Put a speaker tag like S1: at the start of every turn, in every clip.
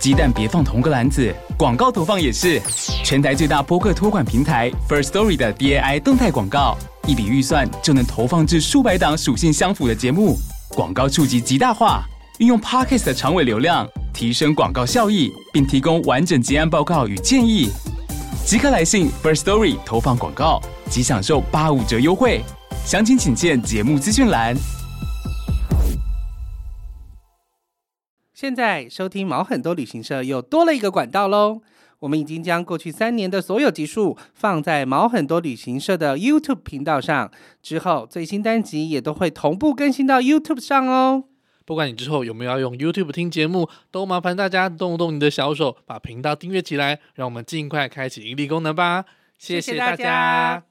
S1: 鸡蛋别放同个篮子，广告投放也是。全台最大播客托管平台 First Story 的 DAI 动态广告，一笔预算就能投放至数百档属性相符的节目，广告触及极大化，运用 Podcast 的长尾流量，提升广告效益，并提供完整结案报告与建议。即刻来信 First Story 投放广告，即享受八五折优惠。详情请见节目资讯栏。
S2: 现在收听毛很多旅行社又多了一个管道喽。我们已经将过去三年的所有集数放在毛很多旅行社的 YouTube 频道上，之后最新单集也都会同步更新到 YouTube 上哦。
S3: 不管你之后有没有要用 YouTube 听节目，都麻烦大家动动你的小手，把频道订阅起来，让我们尽快开启盈利功能吧！谢
S2: 谢
S3: 谢
S2: 大
S3: 大
S2: 家
S3: 家。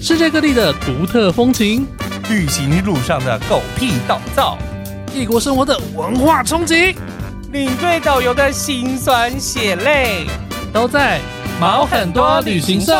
S3: 世界各地的独特风情，
S4: 旅行路上的狗屁倒灶，
S3: 异国生活的文化冲击，
S2: 领队导游的辛酸血泪，
S3: 都在毛很多旅行社。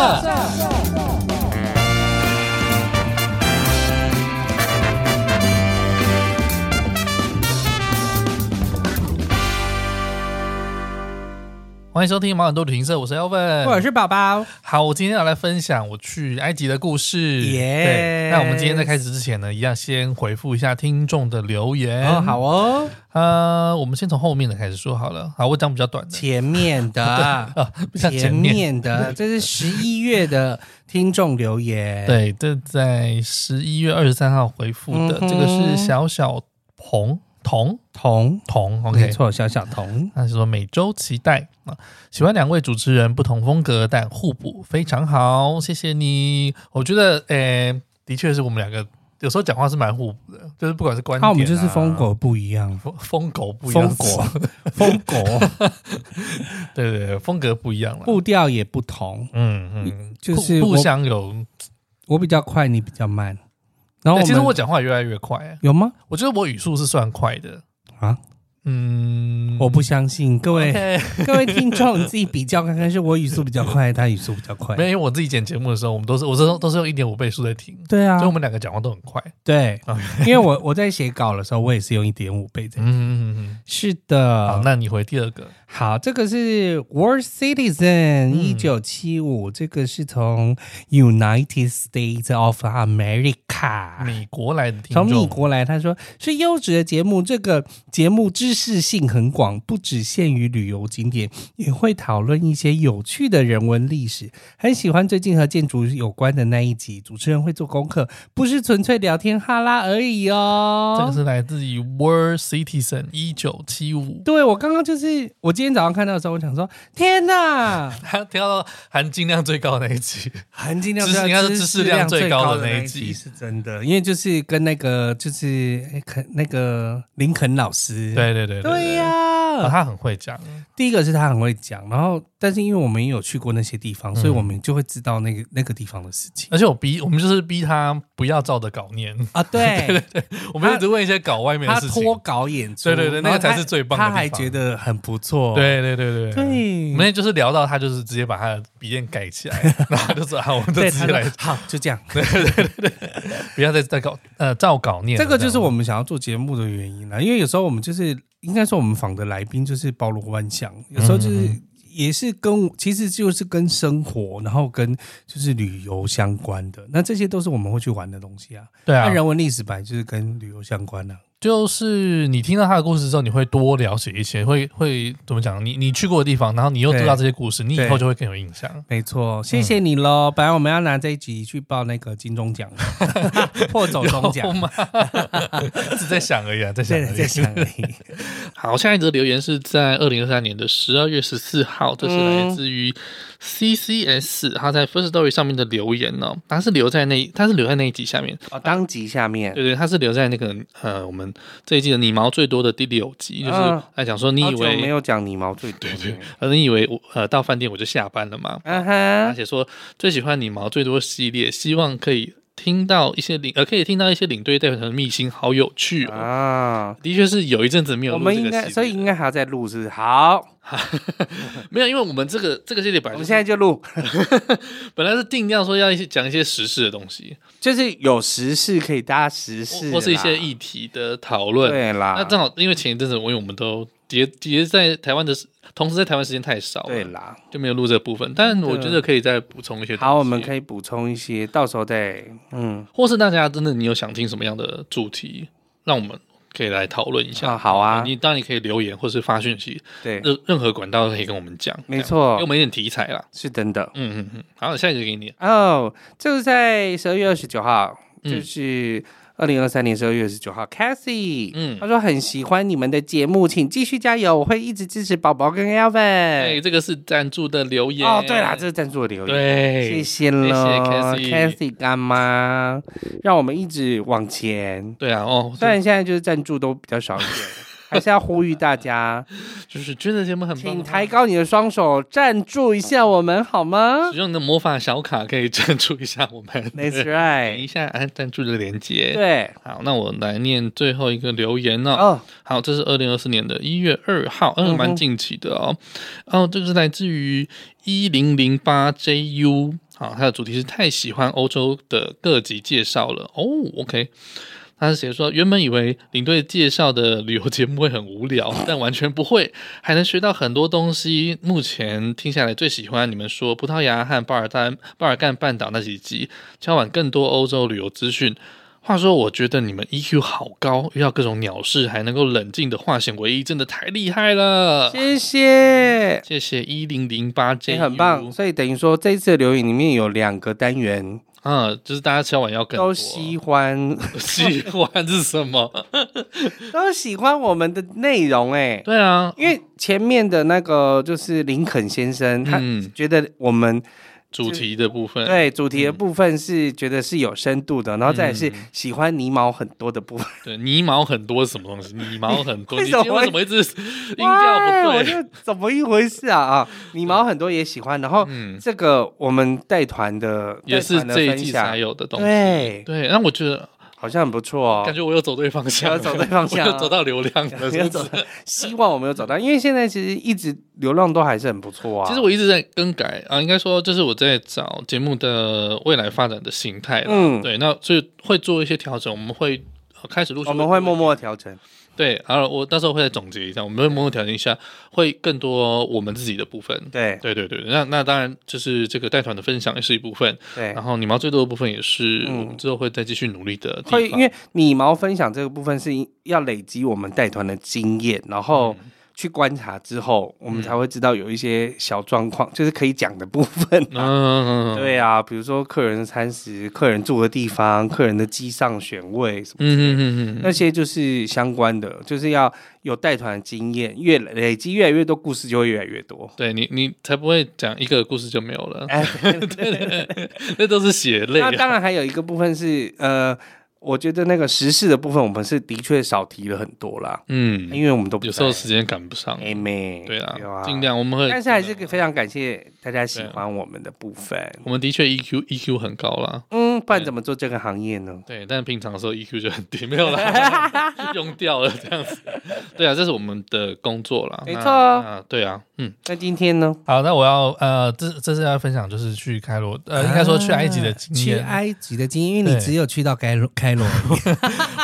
S3: 欢迎收听毛很多旅行社，我是 Elvin，
S2: 我是宝宝。
S3: 好，我今天要来分享我去埃及的故事。
S2: Yes
S3: 对，那我们今天在开始之前呢，一样先回复一下听众的留言。
S2: 哦，好哦，
S3: 呃，我们先从后面的开始说好了。好，我讲比较短的，。
S2: 前面的
S3: 啊， 不像前面。
S2: 面的，这是十一月的听众留言，，
S3: 对，这在十一月二十三号回复的，
S2: 嗯哼
S3: 这个是小小鹏彤
S2: 童
S3: 彤
S2: 没
S3: ，OK，
S2: 错，小小童，
S3: 他是说每周期待啊，喜欢两位主持人不同风格，但互补非常好，谢谢你。我觉得，诶、的确是我们两个有时候讲话是蛮互补的，就是不管是观点、
S2: 那
S3: 啊，
S2: 我们就是疯狗不一样，
S3: 疯，疯狗不一样，
S2: 疯狗， 疯狗，
S3: 对对对，风格不一样了。
S2: 步调也不同，
S3: 嗯嗯，
S2: 就是
S3: 互
S2: 我
S3: 互相有。
S2: 我比较快，你比较慢，然后我
S3: 对其实
S2: 们
S3: 我讲话越来越快、欸，
S2: 有吗？
S3: 我觉得我语速是算快的。
S2: 啊，
S3: 嗯，
S2: 我不相信各位
S3: OK，
S2: 各位听众，你自己比较看看，是我语速比较快，他语速比较快
S3: 没有，因为我自己剪节目的时候，我们都是我都都是用一点五倍速在听，
S2: 对啊
S3: 所以，我们两个讲话都很快。
S2: 对
S3: OK，
S2: 因为我我在写稿的时候，我也是用一点五倍在。
S3: 嗯嗯嗯
S2: 是
S3: 嗯，好
S2: 的，，
S3: 那你回第二个。
S2: 好，这个是 World
S3: 嗯
S2: Citizen 一九七五，这个是从 United States of America
S3: 美国来的听
S2: 从
S3: 众，
S2: 美国来，他说是优质的节目，这个节目知识性很广，不只限于旅游景点，也会讨论一些有趣的人文历史。很喜欢最近和建筑有关的那一集，主持人会做功课，不是纯粹聊天哈拉而已哦。
S3: 这个是来自于 World Citizen 一九七五，
S2: 对，我刚刚就是我今天早上看到的时候，我想说，天哪！
S3: 他听到含金量最高的那一集，
S2: 含金量
S3: 知识应该是知识量最高的那一集
S2: 是真的，因为就是跟那个就是哎肯那个林肯老师，
S3: 对对对
S2: 对呀、
S3: 啊他很会讲，
S2: 第一个是他很会讲，然后但是因为我们也有去过那些地方，所以
S3: 嗯
S2: 我们就会知道那个那个地方的事情
S3: 而且我逼我们就是逼他不要照着稿 念，
S2: 啊。对，
S3: 我们一直问一些稿外面的
S2: 他
S3: 事情，
S2: 脱稿演出，
S3: 对对对那个
S2: 然后他
S3: 才是最棒的地
S2: 他
S3: 方
S2: 还觉得很不错，
S3: 对对对对
S2: 对
S3: 我们就是聊到他就是直接把他的笔电盖起 来，然后他就说啊，我们就
S2: 对，
S3: 直接
S2: 他
S3: 来
S2: 说，好就 这样。
S3: 不要再再搞呃照稿念了，
S2: 这个就是
S3: 样
S2: 我们想要做节目的原因啦，因为有时候我们就是应该说我们访的来宾就是包罗万象，有时候就是。
S3: 嗯
S2: 也是跟其实就是跟生活，然后跟就是旅游相关的，那这些都是我们会去玩的东西啊。
S3: 对
S2: 那、
S3: 啊，
S2: 人文历史版就是跟旅游相关啊。
S3: 就是你听到他的故事之后，你会多了解一些，会会怎么讲？你你去过的地方，然后你又知道这些故事，你以后就会更有印象。
S2: 没
S3: 嗯
S2: 错，谢谢你喽。本来我们要拿这一集去报那个金钟 奖，破走中奖
S3: 有，吗？哦 只在想而已啊，在想
S2: 现
S3: 而
S2: 在
S3: 已。
S2: 在想而已。
S3: 好，下一则留言是在二零二三年的十二月十四号，这是来自于 CCS，他在 First Story 上面的留言哦，他是留在那，他是留在那一集下面，
S2: 哦，当集下面
S3: 对对，他是留在那个呃，我们这一季的你毛最多的第六集，就是
S2: 嗯
S3: 来讲 说你以为
S2: 有讲你毛最多？
S3: 呃，你以为我呃到饭店我就下班了吗？
S2: 嗯
S3: 而
S2: 哼，
S3: 且说最喜欢你毛最多系列，希望可以听到一些领呃，可以听到一些领队代表团的秘辛，好有趣哦。
S2: 啊，
S3: 的确是有一阵子没有
S2: 我
S3: 录
S2: 们
S3: 这
S2: 应
S3: 个系
S2: 该，
S3: 列，
S2: 所以应该还要再录，是不是？好，
S3: 没有，因为我们这个这个系列本
S2: 我们
S3: 来、就是、
S2: 现在就录，
S3: 本来是定调说要一些讲一些时事的东西，
S2: 就是有时事可以搭时事啦，
S3: 或或是一些议题的讨论。
S2: 对啦，
S3: 那正好，因为前一阵子，因为我们都叠叠在台湾的时，同时在台湾时间太少了，
S2: 对啦。
S3: 就没有录这个部分。但我觉得可以再补充一些东西。
S2: 好，我们可
S3: 以，
S2: 以补充一些，到时候再嗯
S3: 或是大家真的你有想听什么样的主题，让我们可以来讨论一下。
S2: 啊，好啊，
S3: 你当然你可以留言或是发讯息，
S2: 对，
S3: 任任何管道都可以跟我们讲。
S2: 没
S3: 这样，
S2: 错
S3: 给我，们一点题材啦。
S2: 是真的。
S3: 嗯嗯嗯，好，下一个给你。
S2: 哦，就是在十二月二十九号，
S3: 嗯
S2: 就是二零二三年十二月二十九号，Cassie，嗯，
S3: 嗯
S2: 他说很喜欢你们的节目，请继续加油，我会一直支持宝宝跟 Elvin
S3: 哎，。这个是赞助的留言。
S2: 哦，对啦，这是赞助的留言，
S3: 对，
S2: 谢谢
S3: 谢
S2: 喽
S3: 谢
S2: Cassie 干妈，让我们一直往前。
S3: 对啊，哦，
S2: 虽然现在就是赞助都比较少一点， 还是要呼吁大家，
S3: 就是觉得节目很棒的话，啊
S2: 请抬高你的双手，赞助一下我们好吗
S3: 使用你的魔法小卡，可以赞助一下我们。
S2: ？That's
S3: 点
S2: right，
S3: 一下按赞助的连接。
S2: 对，
S3: 好，那我来念最后一个留言哦。
S2: 哦，
S3: 好，这是二零二四年的一月二号，嗯，
S2: 哼
S3: 蛮近期的哦。哦，这个是来自于一零零八 JU，好，它的主题是太喜欢欧洲的各级介绍了。哦，OK，他是写说，原本以为领队介绍的旅游节目会很无聊，但完全不会，还能学到很多东西。目前听下来最喜欢你们说葡萄牙和巴尔干巴尔干半岛那几集，交往更多欧洲旅游资讯。话说，我觉得你们 EQ 好高，遇到各种鸟事还能够冷静的化险为夷，真的太厉害 了！
S2: 谢谢。
S3: 谢谢一零零八 J，
S2: 也很棒，所以等于说这一次的留言里面有两个单元
S3: 嗯，就是大家敲碗要更
S2: 都
S3: 多
S2: 喜欢，
S3: 喜欢是什么？
S2: 都喜欢我们的内容哎、
S3: 对啊，
S2: 因为前面的那个就是林肯先生，他
S3: 嗯
S2: 觉得我们
S3: 主题的部分，
S2: 对主题的部分是觉得是有深度的，然后再来是
S3: 嗯
S2: 喜欢泥毛很多的部分。
S3: 对，泥毛很多是什么东西？泥毛很 多，
S2: 为
S3: 你
S2: 什么
S3: 今天为什么一直 音调
S2: 喂
S3: 不
S2: 我
S3: 对？
S2: 就怎么一回事啊 啊！你毛很多也喜欢，然后
S3: 嗯，
S2: 这个我们带团的
S3: 也是
S2: 带团的
S3: 这一
S2: 分
S3: 季
S2: 享
S3: 才有的东西。
S2: 对，
S3: 对，那我觉得，
S2: 好像很不错哦
S3: 感。觉我有走对方向了，
S2: 有走对方向啊
S3: 我有走到流量 了，
S2: 没有
S3: 是
S2: 走
S3: 不是？
S2: 到，希望我没有找到，因为现在其实一直流浪都还是很不错啊。
S3: 其实我一直在更改啊，应该说就是我在找节目的未来发展的形态啦。
S2: 嗯
S3: 对，那所以会做一些调整，我们会呃开始陆续
S2: 我们会默默调整，
S3: 对，然后我到时候会再总结一下，我们会默默调整一下，会更多我们自己的部分。
S2: 对
S3: 对对对，那那当然就是这个带团的分享也是一部分，
S2: 对
S3: 然，后你毛最多的部分也是
S2: 嗯
S3: 我们之后会再继续努力的地方。
S2: 会因为你毛分享这个部分是要累积我们带团的经验，然后。
S3: 嗯
S2: 去观察之后，我们才会知道有一些小状况，就是可以讲的部分
S3: 嗯
S2: 啊。
S3: 嗯，嗯
S2: 对，啊，比如说客人的餐食、客人住的地方、客人的机上选位什么，
S3: 嗯嗯嗯
S2: 那
S3: 嗯，
S2: 些就是相关的，就是要有带团的经验，越累积越来越多，故事就会越来越多。
S3: 对你你才不会讲一个故事就没有了，
S2: 哎，
S3: 那都是血泪啊。
S2: 那当然还有一个部分是，呃，我觉得那个时事的部分，我们是的确少提了很多啦，
S3: 嗯，
S2: 因为我们都不
S3: 有时候
S2: 在
S3: 时间赶不上，
S2: 哎妹，
S3: 对
S2: 有
S3: 啊，
S2: 啊，
S3: 尽。量我们会，
S2: 但是还是非常感谢大家喜欢我们的部分。
S3: 我们的确 E EQ EQ 很高啦，
S2: 嗯，不然怎么做这个行业呢？
S3: 对，但平常的时候 EQ 就很低，没有啦，用掉了这样子，对啊，这是我们的工作啦，
S2: 没
S3: 那
S2: 错啊
S3: 那对啊，嗯，
S2: 那今天呢？
S3: 好，那我要呃，这这次要分享就是去开罗，呃，
S2: 啊
S3: 应该说去埃及的经
S5: 去
S3: 验，
S5: 埃及的经验，因为你
S3: 对
S5: 只有去到开 罗开罗而已，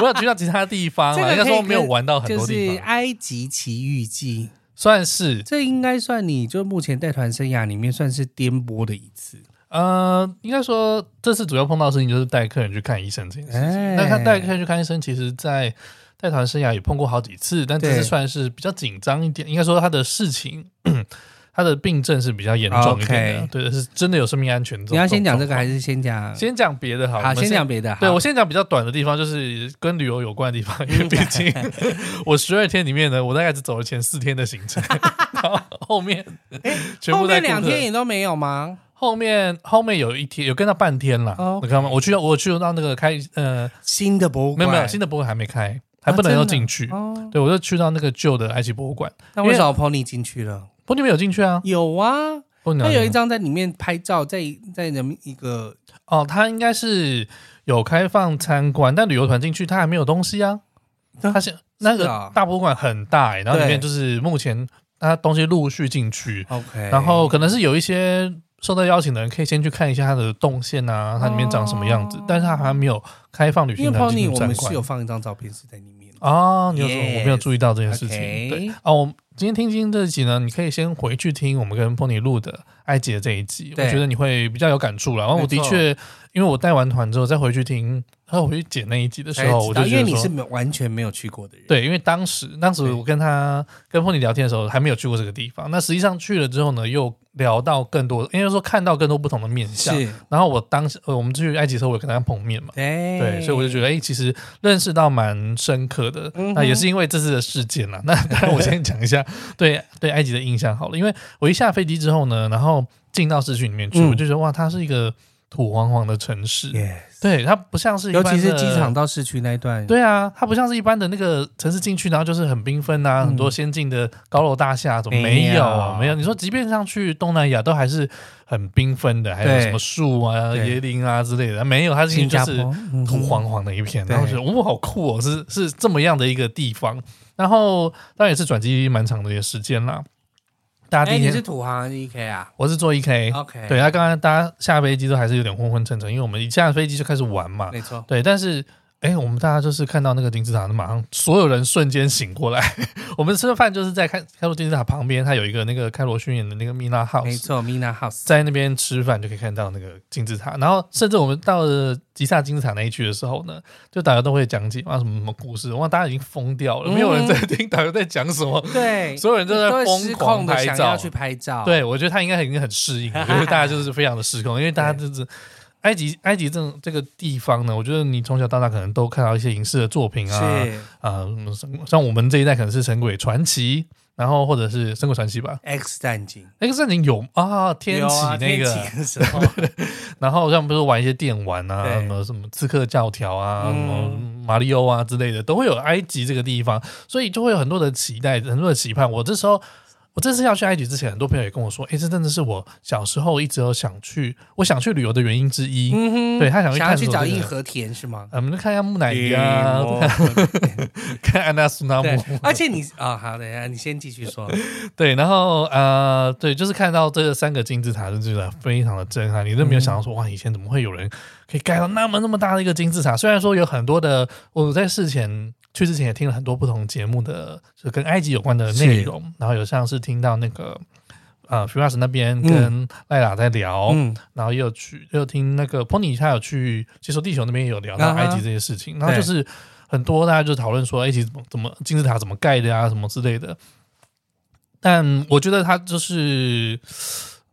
S3: 我有去到其他地方
S5: 这
S3: 啦，
S5: 个
S3: 应该
S5: 可以
S3: 说没有
S5: 跟
S3: 玩到很
S5: 就
S3: 多地
S5: 是
S3: 方，
S5: 埃及奇遇记，
S3: 算是
S5: 这应该算你就目前带团生涯里面算是颠簸的一次。
S3: 呃，应该说这次主要碰到的事情就是带客人去看医生这件事情。
S5: 哎
S3: 那看带客人去看医生，其实在带团生涯也碰过好几次，但这
S5: 对
S3: 次算是比较紧张一点。应该说他的事情， 他的病症是比较严重一点的
S5: OK
S3: 对，是真的有生命安全。
S5: 你要先讲这个，还
S3: 是
S5: 是先讲？
S3: 先讲别的好？我
S5: 好，
S3: 们
S5: 先讲。别的。
S3: 对
S5: 好嗯
S3: 我先讲比较短的地方，就是跟旅游有关的地方，因为毕竟我十二天里面呢，我大概只走了前四天的行程， 然后后面全
S5: 哎后
S3: 部在
S5: 面两
S3: 库特
S5: 天也都没有吗？
S3: 后面后面有一天有跟到半天啦，
S5: 哦
S3: 你看吗？我去到我去到那个开呃，
S5: 新的博物
S3: 没
S5: 馆
S3: 有没有，新的博物馆还没开，还不能
S5: 啊
S3: 够
S5: 真的
S3: 进去。
S5: 哦，
S3: 对，我就去到那个旧的埃及博物馆，
S5: 那为什么 Pony 进去了？
S3: 不，你们有进去啊？
S5: 有啊，
S3: 不，你
S5: 他有一
S3: 进去
S5: 张在里面拍照，在在人一个
S3: 哦，它应该是有开放参观，但旅游团进去他还没有东西啊。
S2: 啊
S3: 他现那
S2: 是啊
S3: 个大博物馆很大、欸，然后里
S2: 对
S3: 面就是目前他东西陆续进去，
S2: OK，
S3: 然后可能是有一些受到邀请的人可以先去看一下它的动线啊，它里面长什么样子，
S5: 哦
S3: 但是它还没有开放旅
S2: 因
S3: 行
S2: 为
S3: 团
S2: Pony
S3: 进去
S2: 我
S3: 参
S2: 们是有
S3: 观。
S2: 放一张照片是在里面的
S3: 啊，你有说我没有
S2: Yes
S3: 注意到这件事情。对
S2: OK，
S3: 哦，我们今天听今天这集呢，你可以先回去听我们跟 Pony 录的埃及的这一集，我
S2: 对
S3: 觉得你会比较有感触了。然后我的
S2: 没错
S3: 确，因为我带完团之后再回去听，然后回去剪那一集的时
S2: 才
S3: 候，
S2: 知
S3: 我就
S2: 道
S3: 觉得
S2: 哎哦因为你
S3: 说
S2: 是没有完全没有去过的人，，
S3: 对，因为当时当时
S2: 对
S3: 我跟他跟 Pony 聊天的时候还没有去过这个地方，那实际上去了之后呢，又聊到更多，应该说看到更多不同的面相。
S2: 是，
S3: 然后我当时呃，我们去埃及的时候，我有跟他碰面嘛，
S2: 对
S3: 对，所以我就觉得，哎、其实认识到蛮深刻的。
S2: 嗯哼
S3: 那也是因为这次的事件啦。 那当然，我先讲 一下对对埃及的印象好了，因为我一下飞机之后呢，然后进到市区里面去，
S2: 嗯
S3: 我就觉得哇，它是一个土黄黄的城市，
S2: Yes
S3: 对，它不像是一
S2: 尤
S3: 般
S2: 其是
S3: 的
S2: 机场到市区那一段，
S3: 对啊，它不像是一般的那个城市进去，然后就是很缤纷啊，
S2: 嗯
S3: 很多先进的高楼大厦，啊怎么
S2: 没有
S3: 没有？没有，你说即便像去东南亚，都还是很缤纷的，还有
S2: 对
S3: 什么树啊、
S2: 对
S3: 椰林啊之类的，没有，它是
S2: 新
S3: 就
S2: 加
S3: 是
S2: 坡嗯
S3: 土
S2: 哼
S3: 黄黄的一片，
S2: 对
S3: 然后我觉得哇，好酷哦，是是这么样的一个地方。然后当然也是转机蛮长的一个时间啦。大家第
S2: 哎，
S3: 一
S2: 你
S3: 天，
S2: 是土航 EK 啊
S3: 我是坐 EK，、
S2: ？OK，
S3: 对，，他啊刚刚大家下飞机都还是有点昏昏沉沉，因为我们一下飞机就开始玩嘛，
S2: 没错，
S3: 对，但是哎、诶我们大家就是看到那个金字塔，马上所有人瞬间醒过来。 我们吃的饭就是在开开罗金字塔旁边，它有一个那个开罗宣言的那个米拉
S2: 没
S3: house，
S2: 错，Mina House
S3: 在那边吃饭就可以看到那个金字塔。然后甚至我们到了吉萨金字塔那一区的时候呢，就导游都会讲解啊什么什么故事，哇，大家已经疯掉了，没有人在听 导游在讲什么。
S2: 对，
S3: 所有人都在
S2: 会
S3: 疯
S2: 失
S3: 狂
S2: 控的
S3: 拍
S2: 想
S3: 照
S2: 要，去拍照，
S3: 对，我觉得他应该已经很适应了，因为大家就是非常的失控，因为大家就是埃及埃及这种这个地方呢，我觉得你从小到大可能都看到一些影视的作品啊，
S2: 是
S3: 啊、什么像我们这一代可能是《神鬼传奇》，然后或者是《神鬼传奇》吧，哎
S2: X 战警，
S3: 那个战警有啊，天
S2: 有
S3: 启
S2: 啊
S3: 那
S2: 天
S3: 个，
S2: 启的时 候，
S3: 然后像不是玩一些电玩啊，
S2: 对
S3: 什么什么刺客教条啊，
S2: 嗯
S3: 什么马里奥啊之类的，都会有埃及这个地方，所以就会有很多的期待，很多的期盼。我这时候，我这次要去埃及之前，很多朋友也跟我说，哎，这真的是我小时候一直有想去，我想去旅游的原因之一。
S2: 嗯哼
S3: 对他想去
S2: 想要
S3: 探索
S2: 去找
S3: 这个
S2: 硬和田是吗？
S3: 我们就看一下木乃伊啊， 看安娜苏纳
S2: 对
S3: 姆，，
S2: 而且你啊，好，等一下你先继续说，
S3: 对，然后呃，对，就是看到这三个金字塔，就觉得非常的震撼。你都没有想到说，哇，以前怎么会有人可以盖到那么那么大的一个金字塔？虽然说有很多的，我在事前去之前也听了很多不同节目的，就跟埃及有关的内容，然后有像是听到那个呃 f i r a s 那边跟赖拉在聊，
S2: 嗯，
S3: 然后也有去，也有听那个 Pony 他有去接受地球那边也有聊到
S2: 啊哈
S3: 埃及这些事情，然后就是很多大家就讨论说埃哎及怎么怎么金字塔怎么盖的呀、什么之类的。但我觉得它就是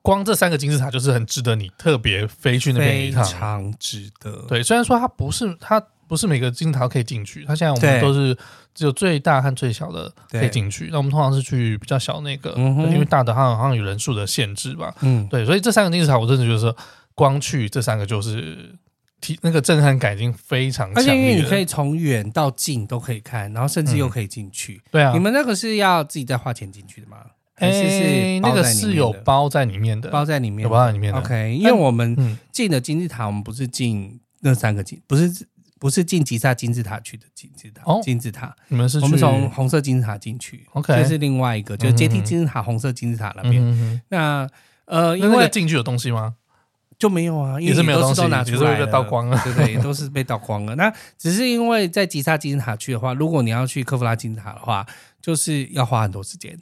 S3: 光这三个金字塔就是很值得你特别飞去那边一
S2: 非
S3: 趟。
S2: 常值得，
S3: 对，虽然说它不是它不是每个金字塔都可以进去，它现在我
S2: 对
S3: 们都是只有最大和最小的可
S2: 对
S3: 以进去。那我们通常是去比较小那个，
S2: 嗯哼
S3: 对因为大的它好像有人数的限制吧。
S2: 嗯，
S3: 对，所以这三个金字塔，我真的觉得说，光去这三个就是提那个震撼感已经非常
S2: 而
S3: 强
S2: 且因为
S3: 烈
S2: 你
S3: 了。
S2: 可以从远到近都可以看，然后甚至又
S3: 嗯
S2: 可以进去。
S3: 对啊，
S2: 你们那个是要自己再花钱进去的吗？还是
S3: 哎
S2: 是
S3: 那
S2: 包
S3: 个
S2: 在里面
S3: 是
S2: 的
S3: 有包在里面的，
S2: 包在里面
S3: 有
S2: 的？
S3: 包在里面的。
S2: OK，因为我们
S3: 嗯，
S2: 进的金字塔，我们不是进那三个金，不是不是进吉萨金字塔去的金字塔，
S3: 哦
S2: 金字塔，
S3: 你们是
S2: 我
S3: 去
S2: 们从红色金字塔进去
S3: OK
S2: 这是另外一个，就是阶梯
S3: 嗯哼
S2: 金字塔、红色金字塔那
S3: 嗯
S2: 边。
S3: 哼哼
S2: 那呃，
S3: 那
S2: 因
S3: 那个
S2: 为
S3: 进去有东西吗？
S2: 就没有啊，因为
S3: 也是没有
S2: 都
S3: 东西
S2: 都拿出来
S3: 也是
S2: 了
S3: 被倒光了
S2: 对对，也都是被倒光了。那只是因为在吉萨金字塔去的话，如果你要去科夫拉金字塔的话，就是要花很多时间，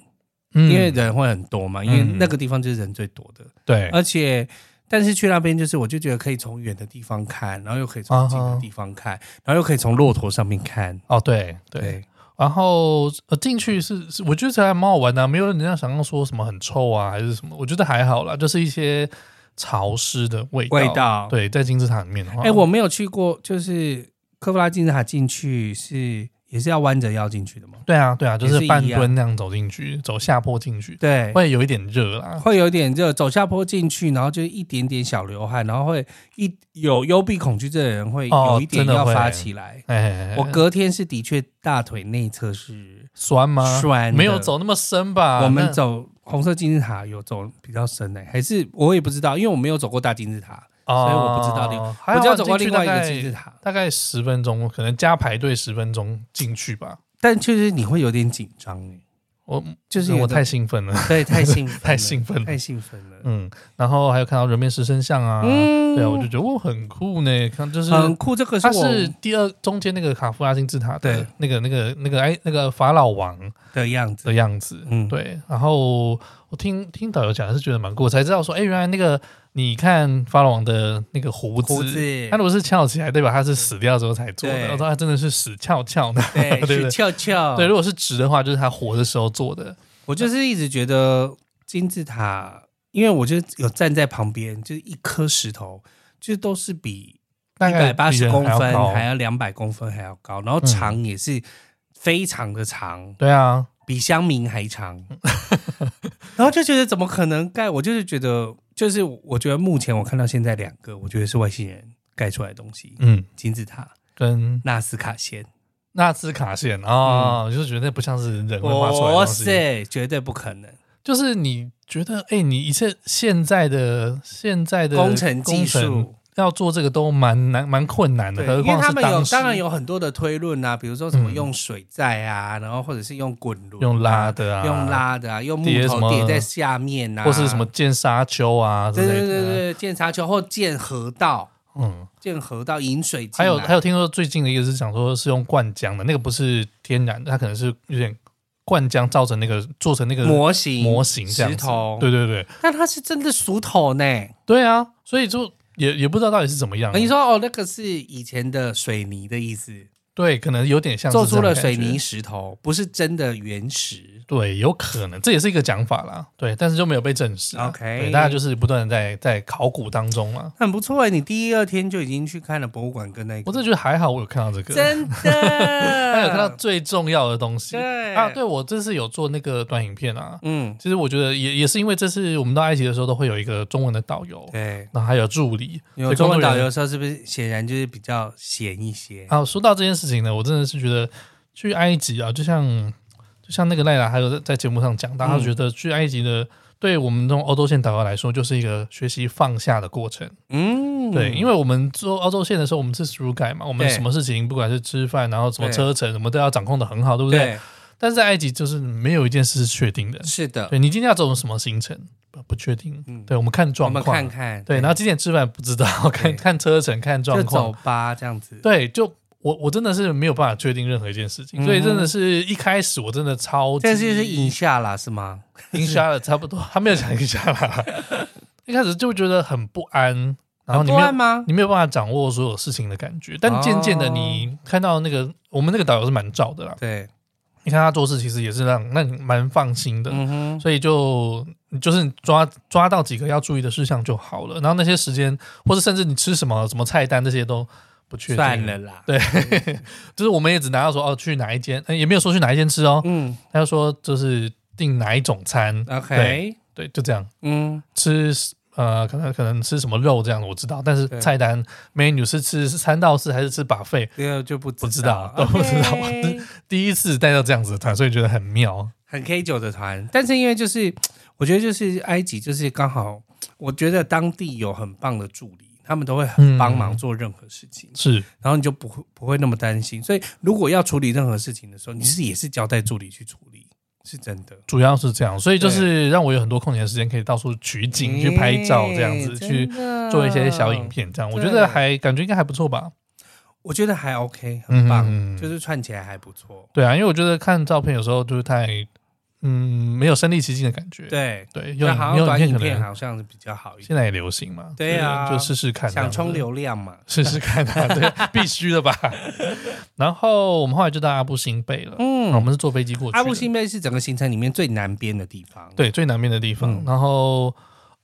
S3: 嗯，
S2: 因为人会很多嘛，因为
S3: 嗯
S2: 那个地方就是人最多的，
S3: 对，
S2: 而且。但是去那边就是，我就觉得可以从远的地方看，然后又可以从近
S3: 啊
S2: 的地方看，然后又可以从骆驼上面看。
S3: 哦，对对。
S2: 对，
S3: 然后呃，进去是是，我觉得这还蛮好玩的啊、没有人家想要说什么很臭啊，还是什么，我觉得还好啦，就是一些潮湿的味道。
S2: 味道
S3: 对，在金字塔里面的话，
S2: 哎、我没有去过，就是科夫拉金字塔进去是也是要弯着腰进去的吗？
S3: 对啊，对啊，就
S2: 也
S3: 是
S2: 是一
S3: 半
S2: 样
S3: 蹲那样走进去，走下坡进去，
S2: 对，
S3: 会有一点热啦。
S2: 会有点热，走下坡进去，然后就一点点小流汗，然后会一有幽闭恐惧症的人会
S3: 哦
S2: 有一点
S3: 真的
S2: 要
S3: 会
S2: 发起来。
S3: 哎，
S2: 我隔天是的确大腿内侧是，
S3: 酸吗？
S2: 酸的
S3: 没有走那么深吧？
S2: 我们
S3: 啊那
S2: 欸走红色金字塔有走比较深诶、还是我也不知道，因为我没有走过大金字塔，所以我不知道另
S3: 哦还
S2: 我
S3: 好
S2: 就要走过
S3: 进
S2: 另
S3: 去
S2: 外一
S3: 大
S2: 个
S3: 概
S2: 金字塔，
S3: 大概十分钟，可能加排队十分钟进去吧。
S2: 但确实你会有点紧张哎，
S3: 我
S2: 就是有
S3: 我
S2: 的
S3: 太兴奋了，
S2: 对，太兴奋了，
S3: 太兴奋了
S2: 太兴奋了。
S3: 嗯，然后还有看到人面狮身像啊，
S2: 嗯
S3: 对啊，我就觉得我很酷呢，看就是。
S2: 很酷，这个是
S3: 它
S2: 我
S3: 是第二中间那个卡夫拉金字塔
S2: 对
S3: 的那个那个那个哎那个法老王
S2: 的样子
S3: 的，样子，
S2: 嗯
S3: 对。然后我听听导游讲是觉得蛮酷，我才知道说，哎，原来那个你看法老王的那个胡
S2: 胡
S3: 子，
S2: 子
S3: 他如果是翘起来，代表他是死掉之后才做
S2: 对嗯
S3: 的，我说啊他真的是死翘翘的，
S2: 对，
S3: 不
S2: 是
S3: 对？
S2: 翘翘。
S3: 对，如果是直的话，就是他活的时候做的，
S2: 我就是一直觉得金字塔，因为我就有站在旁边，就是一颗石头，就是都是比
S3: 大
S2: 一百
S3: 概
S2: 八
S3: 比
S2: 十
S3: 人
S2: 公
S3: 还
S2: 分
S3: 要高嗯
S2: 还要两百公分还要高，然后长也是非常的长，
S3: 对啊，
S2: 比乡民还长。然后就觉得怎么可能盖？我就是觉得，就是我觉得目前我看到现在两个，我觉得是外星人盖出来的东西，
S3: 嗯，
S2: 金字塔、
S3: 跟
S2: 纳斯卡线。
S3: 纳斯卡线啊，我就觉得那不像是人会画出来的
S2: 嗯哇
S3: 东西，
S2: 塞，绝对不可能！
S3: 就是你觉得，哎，你一切现在的现在的
S2: 工程技
S3: 工程
S2: 术。
S3: 要做这个都蛮难蛮困难的，
S2: 对，
S3: 何
S2: 因为
S3: 况
S2: 他
S3: 是
S2: 们有
S3: 当时
S2: 当然有很多的推论啊，比如说什么
S3: 嗯
S2: 用水载啊，然后或者是用滚轮、
S3: 用拉、的啊，
S2: 用拉的啊，用木
S3: 叠什
S2: 头
S3: 么
S2: 叠在下面啊，
S3: 或是什么建沙丘啊之
S2: 对
S3: 类
S2: 对
S3: 的，
S2: 对对，建沙丘或建河道、
S3: 嗯，
S2: 建河道引水进
S3: 还有
S2: 来
S3: 还有听说最近的一个是讲说是用灌浆的，那个不是天然的，它可能是有点灌浆造成那个做成那个
S2: 模型
S3: 模型这样
S2: 石
S3: 子
S2: 头，
S3: 对，对对
S2: 但它是真的熟头呢。
S3: 对啊，所以就也也不知道到底是怎么样。啊
S2: 你说哦，那个是以前的水泥的意思，
S3: 对，可能有点像是
S2: 做出了
S3: 这种
S2: 水
S3: 感觉
S2: 泥，石头，不是真的原石。
S3: 对，有可能这也是一个讲法啦，对，但是就没有被证实啊。
S2: OK
S3: 对大家就是不断的在在考古当中啊嘛。
S2: 很不错哎，你第一二天就已经去看了博物馆跟那个，
S3: 我真的觉得还好，我有看到这个，
S2: 真的，
S3: 还有看到最重要的东西
S2: 对
S3: 啊。对，我这次有做那个短影片啊，
S2: 嗯，
S3: 其实我觉得也也是因为这次我们到埃及的时候都会有一个中文的导游，
S2: 对，
S3: 然后还有助理，
S2: 有
S3: 所以
S2: 中文
S3: 工作
S2: 导
S3: 人
S2: 游
S3: 员
S2: 的时候是不是显然就是比较闲一些？
S3: 啊，说到这件事情呢，我真的是觉得去埃及啊，就像就像那个赖拉，还有在在节目上讲到，他
S2: 嗯
S3: 觉得去埃及的，对我们这种欧洲线导游来说，就是一个学习放下的过程。
S2: 嗯，
S3: 对，因为我们做欧洲线的时候，我们是 through guide 嘛，我们
S2: 对
S3: 什么事情，不管是吃饭，然后什么
S2: 对
S3: 车程，什么都要掌控的很好，对不对？
S2: 对，
S3: 但是在埃及就是没有一件事是确定的。
S2: 是的，
S3: 对你今天要走什么行程不不确定，
S2: 嗯
S3: 对我们看
S2: 我
S3: 状
S2: 们
S3: 况，
S2: 看看，
S3: 对，然后几点吃饭不知道，看看车程，看状
S2: 就
S3: 况
S2: 走，吧，这样子。
S3: 对，就我我真的是没有办法确定任何一件事情，所以真的是一开始我真的超级，
S2: 嗯这就是影下啦，是吗？
S3: 影瞎了差 不多，他没有讲影瞎了，一开始就觉得很不安，然后你
S2: 不
S3: 没有
S2: 安吗？
S3: 你没有办法掌握所有事情的感觉，但渐渐的
S2: 哦
S3: 你看到那个我们那个导游是蛮照的啦，
S2: 对，
S3: 你看他做事其实也是让让你蛮放心的，
S2: 嗯哼，
S3: 所以就就是抓抓到几个要注意的事项就好了，然后那些时间或者甚至你吃什么什么菜单这些都不确定，
S2: 算了啦。
S3: 对，就是我们也只拿到说哦，去哪一间，呃也没有说去哪一间吃哦，
S2: 嗯
S3: 他就说就是订哪一种餐对
S2: ，OK，
S3: 对，就这样
S2: 嗯，
S3: 吃呃，可能可能吃什么肉这样的我知道，但是
S2: 对
S3: 菜单 menu 是吃三到四还是吃 buffet，
S2: 这个就不
S3: 不知道都
S2: OK
S3: 不知道第一次带到这样子的团，所以觉得很妙，
S2: 很 K 九的团，但是因为就是，我觉得就是埃及就是刚好，我觉得当地有很棒的助理，他们都会很帮
S3: 嗯
S2: 忙做任何事情，
S3: 是
S2: 然后你就不会不会那么担心。所以如果要处理任何事情的时候，你是也是交代助理去处理，是真的。
S3: 主要是这样，所以就是让我有很多空闲的时间可以到处取景、去拍照这样子，
S2: 欸
S3: 去做一些小影。
S2: 真的
S3: 片，这样我
S2: 嗯对
S3: 觉得还感觉应该还不错吧。
S2: 我觉得还 OK，很棒，
S3: 嗯
S2: 就是串起来还不错。
S3: 对啊，因为我觉得看照片有时候就是太，嗯，没有身临其境的感觉。
S2: 对，
S3: 对，
S2: 就
S3: 用
S2: 好像
S3: 用
S2: 短
S3: 影
S2: 影
S3: 片
S2: 片
S3: 可能
S2: 好像是比较好一点，
S3: 现在也流行嘛。
S2: 对啊
S3: 就试试看，
S2: 想冲，流量嘛。
S3: 试试看啊， 对，必须的吧。 然后我们后来就到阿布辛贝了，
S2: 嗯
S3: 嗯，我们是坐飞机过去的。
S2: 阿布辛贝是整个行程里面最南边的地方。
S3: 对最南边的地方
S2: 嗯，
S3: 然后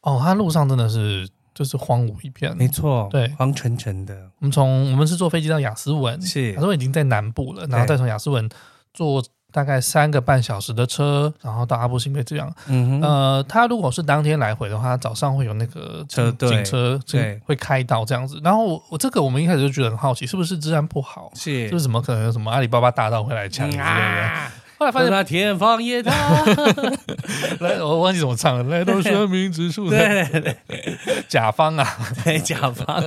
S3: 哦，它路上真的是就是荒芜一片。
S2: 没错，
S3: 对
S2: 黄澄澄的，
S3: 我们从我们是坐飞机到雅斯文，
S2: 是
S3: 雅斯文已经在南部了，然后再从雅斯文坐大概三个半小时的车，然后到阿布辛贝这样。
S2: 嗯哼，
S3: 呃，他如果是当天来回的话，他早上会有那个
S2: 车
S3: 警
S2: 队
S3: 警车警
S2: 对
S3: 会开到这样子。然后我我这个我们一开始就觉得很好奇，是不是治安不好？
S2: 是
S3: 是不是什么可能有什么阿里巴巴大盗会来抢
S2: 嗯
S3: 之类的？
S2: 啊，
S3: 后来发现，
S2: 那天放夜 他，
S3: 来，我忘记怎么唱了，来 到生命之树的
S2: 对对
S3: 甲方啊，
S2: 对，甲方，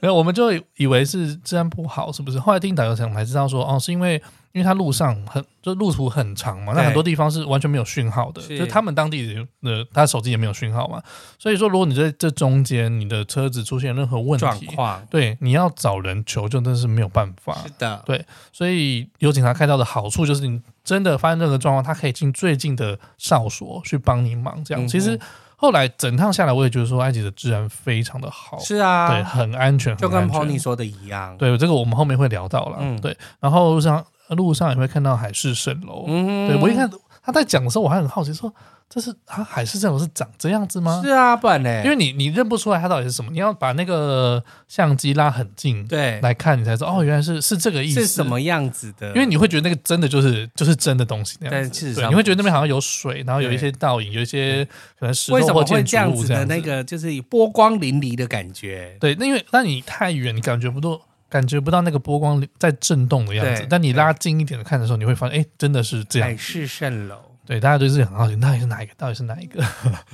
S3: 没有，我们就以为是治安不好，是不是？后来听导游讲才知道说，哦，是因为因为它路上很就路途很长嘛，那
S2: 对
S3: 很多地方是完全没有讯号的，
S2: 是
S3: 就是他们当地人的呃他手机也没有讯号嘛，所以说如果你在这中间你的车子出现任何问
S2: 状
S3: 题，
S2: 况
S3: 对，你要找人求救，真的是没有办法。
S2: 是的，
S3: 所以有警察看到的好处就是，你真的发生任何状况，他可以进最近的哨所去帮你忙。这样，
S2: 嗯哼
S3: 其实后来整趟下来，我也觉得说埃及的治安非常的好，
S2: 是
S3: 对，
S2: 啊，
S3: 很安全，
S2: 就
S3: 很
S2: 跟
S3: 安全
S2: Pony 说的一样，
S3: 对这个我们后面会聊到了。
S2: 嗯
S3: 对，然后路上路上也会看到海市蜃楼。
S2: 嗯
S3: 对我一看他在讲的时候，我还很好奇说，这是啊海市蜃楼是长这样子吗？
S2: 是啊，不然呢？
S3: 因为你你认不出来它到底是什么，你要把那个相机拉很近
S2: 对
S3: 来看，你才知道哦，原来是是这个意思。
S2: 是什么样子的？
S3: 因为你会觉得那个真的就是就是真的东西那样子，
S2: 但事实
S3: 对
S2: 上
S3: 你会
S2: 不
S3: 觉得那边好像有水，然后有一些倒影，有一些可能石头
S2: 为什
S3: 或
S2: 么
S3: 建
S2: 会
S3: 筑
S2: 这样
S3: 物
S2: 子
S3: 这
S2: 的
S3: 样
S2: 那
S3: 子
S2: 个就是波光粼粼的感觉？
S3: 对，那因为那你太远，你感觉不到，感觉不到那个波光在震动的样子
S2: 对。
S3: 但你拉近一点看的时候，你会发现，哎，真的是这样
S2: 海。市蜃楼，
S3: 对，大家就是很好奇，到底是哪一个？到底是哪一个？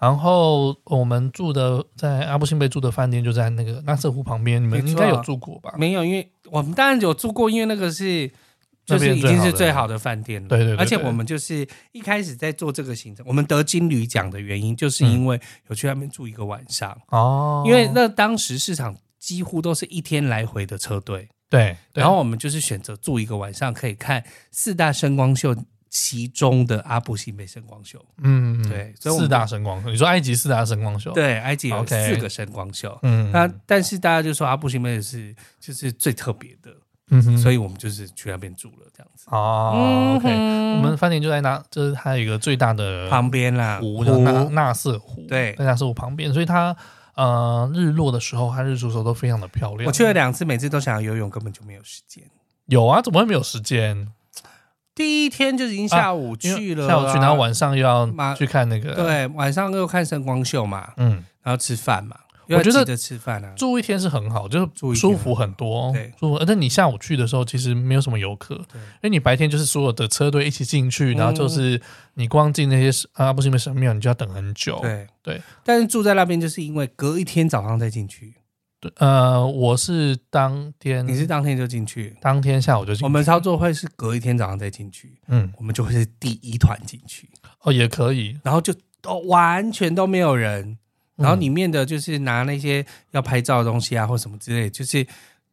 S3: 然后我们住的在阿布辛贝住的饭店就在那个拉瑟湖旁边，你
S2: 没
S3: 们
S2: 错
S3: 应该有住过吧？
S2: 没有，因为我们当然有住过，因为那个是就
S3: 那
S2: 是
S3: 边
S2: 已经是
S3: 最
S2: 最
S3: 好
S2: 好的饭店了。
S3: 对对对对
S2: 而且我们就是一开始在做这个行程，我们得金旅奖的原因，就是因为有去那边住一个晚上，
S3: 嗯哦，
S2: 因为那当时市场几乎都是一天来回的车队，
S3: 对，对
S2: 然后我们就是选择住一个晚上，可以看四大声光秀其中的阿布西美声光秀。
S3: 嗯，嗯
S2: 对所以我们
S3: 四大神光秀，你说埃及四大神光秀，，
S2: 对，埃及有
S3: OK
S2: 四个声光秀。
S3: 嗯，
S2: 那但是大家就说啊阿布西美是就是最特别的，
S3: 嗯哼，
S2: 所
S3: 以
S2: 以我们就是去那边住了，这样子。
S3: 哦，OK，
S2: 嗯
S3: 我们饭店就在那，就是它有一个最大的
S2: 旁边啦，
S3: 湖叫纳纳瑟湖，
S2: 啊对
S3: 在纳瑟湖旁边，所以它呃日落的时候和日出的时候都非常的漂亮。
S2: 我去了两次，每次都想要游泳，根本就没有时间。
S3: 有啊，怎么会没有时间？
S2: 第一天就已经下午
S3: 因为
S2: 去了啊、
S3: 下午去，然后晚上又要
S2: 妈
S3: 去看那个，，
S2: 对晚上又看声光秀嘛，
S3: 嗯，
S2: 然后吃饭嘛，
S3: 我觉
S2: 又
S3: 得
S2: 要记得吃饭啊，
S3: 住一天是很好，就
S2: 住一
S3: 是
S2: 天
S3: 舒服很多，
S2: 对
S3: 舒服。而且你下午去的时候，其实没有什么游客，因为你白天就是所有的车队一起进去，然后
S2: 嗯
S3: 就是你光进那些神啊，不是因为神庙，你就要等很久。
S2: 对
S3: 对。
S2: 但是住在那边就是因为隔一天早上再进去，
S3: 对，呃，我是当天，
S2: 你是当天就进去，
S3: 当天下午嗯就进去，
S2: 我们操作会是隔一天早上再进去，
S3: 嗯，
S2: 我们就会是第一团进去，
S3: 哦也可以，
S2: 然后就都完全都没有人，
S3: 嗯
S2: 然后里面的就是拿那些要拍照的东西啊，或什么之类，就是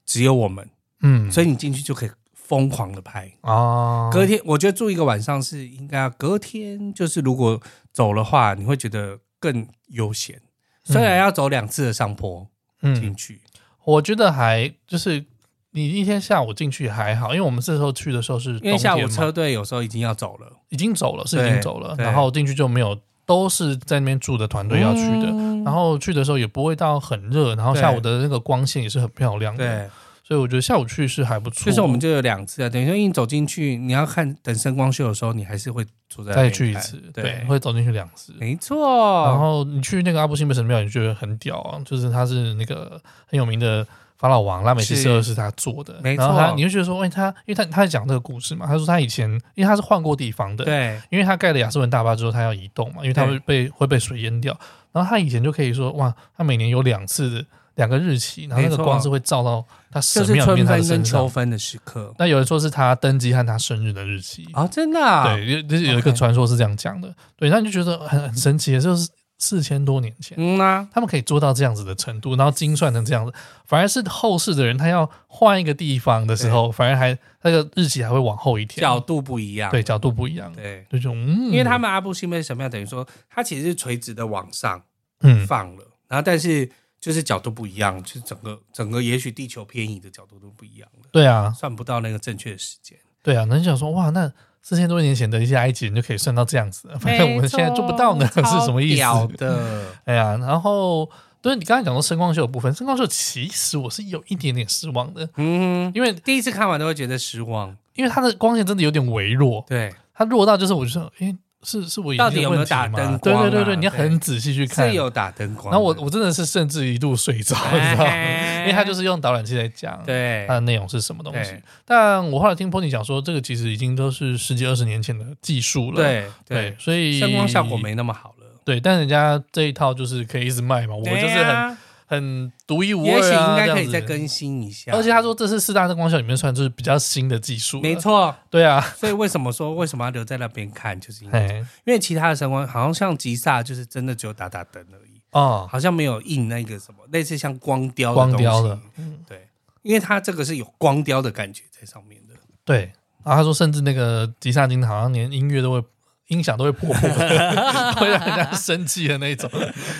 S2: 只有我们，
S3: 嗯，
S2: 所
S3: 以
S2: 以你进去就可以疯狂的拍。
S3: 哦，
S2: 隔天，我觉得住一个晚上是应该要隔天，就是如果走的话，你会觉得更悠闲。虽然要走两次的上坡进
S3: 嗯，
S2: 去，
S3: 我觉得还就是你一天下午进去还好，因为我们这时候去的时候是
S2: 因为下午
S3: 冬天嘛
S2: 车队有时候已经要走了，
S3: 已经走了，是已
S2: 对
S3: 经走了，
S2: 对
S3: 然后进去就没有，都是在那边住的团队要去的。
S2: 嗯
S3: 然后去的时候也不会到很热，然后
S2: 对
S3: 下午的那个光线也是很漂亮的，
S2: 对，
S3: 所以我觉得下午去是还不错。
S2: 就是我们就有两次啊。等于说，你走进去，你要看等声光秀的时候，你还是会坐在那
S3: 再
S2: 边
S3: 去一
S2: 看
S3: 次，对，
S2: 对，
S3: 会走进去两次。
S2: 没错。
S3: 然后你去那个阿布辛贝神庙，你觉得很屌啊，就是他是那个很有名的法老王拉美西斯二世他做的，
S2: 没
S3: 然后他
S2: 错
S3: 你会觉得说，哎，他因为他他在讲这个故事嘛，他说他以前因为他是换过地方的，
S2: 对，
S3: 因为他盖了亚斯文大坝之后，他要移动嘛，因为他会被会被水淹掉。然后他以前就可以说，哇，他每年有两次的两个日期，然后那
S2: 没
S3: 个
S2: 错
S3: 光是会照到他
S2: 就
S3: 神
S2: 是
S3: 庙里面
S2: 春
S3: 他的
S2: 分跟
S3: 身
S2: 秋
S3: 上。
S2: 分的时刻
S3: 那有人说是他登基和他生日的日期，
S2: 啊，真的啊，
S3: 对，有就是有一个
S2: OK
S3: 传说是这样讲的。对，那你就觉得很很神奇，就是四千多年前。
S2: 嗯啊，
S3: 他们可以做到这样子的程度，然后精算成这样子，反而是后世的人他要换一个地方的时候，反而还那个日期还会往后一天，
S2: 角度不一样，
S3: 对角度不一样，
S2: 对，
S3: 就这种，嗯，
S2: 因为他们阿布西妹神庙等于说它其实是垂直的往上
S3: 嗯
S2: 放了，然后但是就是角度不一样，就是整个整个也许地球偏移的角度都不一样了，
S3: 对啊，
S2: 算不到那个正确的时间，
S3: 对啊，那你想说哇，那四千多年前的一些埃及人就可以算到这样子，反 正我们现在做不到呢，
S2: 没
S3: 是
S2: 错
S3: 什么意
S2: 超屌
S3: 思？
S2: 的，
S3: 哎呀，然后对你刚才讲到声光秀的部分，声光秀其实我是有一点点失望的，
S2: 嗯，
S3: 因为
S2: 第一次看完都会觉得失望，
S3: 因为它的光线真的有点微弱，
S2: 对，
S3: 它弱到就是我就说，哎，是是我眼睛
S2: 到底
S3: 的
S2: 有没有
S3: 问题
S2: 打
S3: 吗
S2: 灯
S3: 对
S2: 光
S3: 对对
S2: 啊
S3: 对，你要
S2: 对
S3: 很仔细去看
S2: 是。有打灯光
S3: 然
S2: 的。哎
S3: 后我我真的是甚至一度睡着，你知道吗？因为他就是用导览器在讲，
S2: 对
S3: 它的内容是什么东西
S2: 对。
S3: 但我后来听 Pony 讲说，这个其实已经都是十几二十年前的技术了，
S2: 对
S3: 对
S2: 对，，
S3: 所以
S2: 声光效果没那么好了。
S3: 对，但人家这一套就是可以一直卖嘛，我就是
S2: 对
S3: 很、
S2: 啊
S3: 很独一无二、啊，
S2: 也许应该可以
S3: 这样子
S2: 再更新一下。
S3: 而且他说这是四大灯光秀里面算是比较新的技术，
S2: 没，错，
S3: 对啊，
S2: 所以为什么说 为什么要留在那边看，就是因为
S3: 哎，
S2: 因为其他的神光好像像吉萨，就是真的只有打打灯而已，
S3: 哦，
S2: 好像没有印那个什么类似像光雕的
S3: 光雕
S2: 东西
S3: 的，嗯，
S2: 对，因为它这个是有光雕的感觉在上面的。
S3: 嗯对。然后他说，甚至那个吉萨金好像连音乐都会音响都会破破的， 会让人家生气的那种，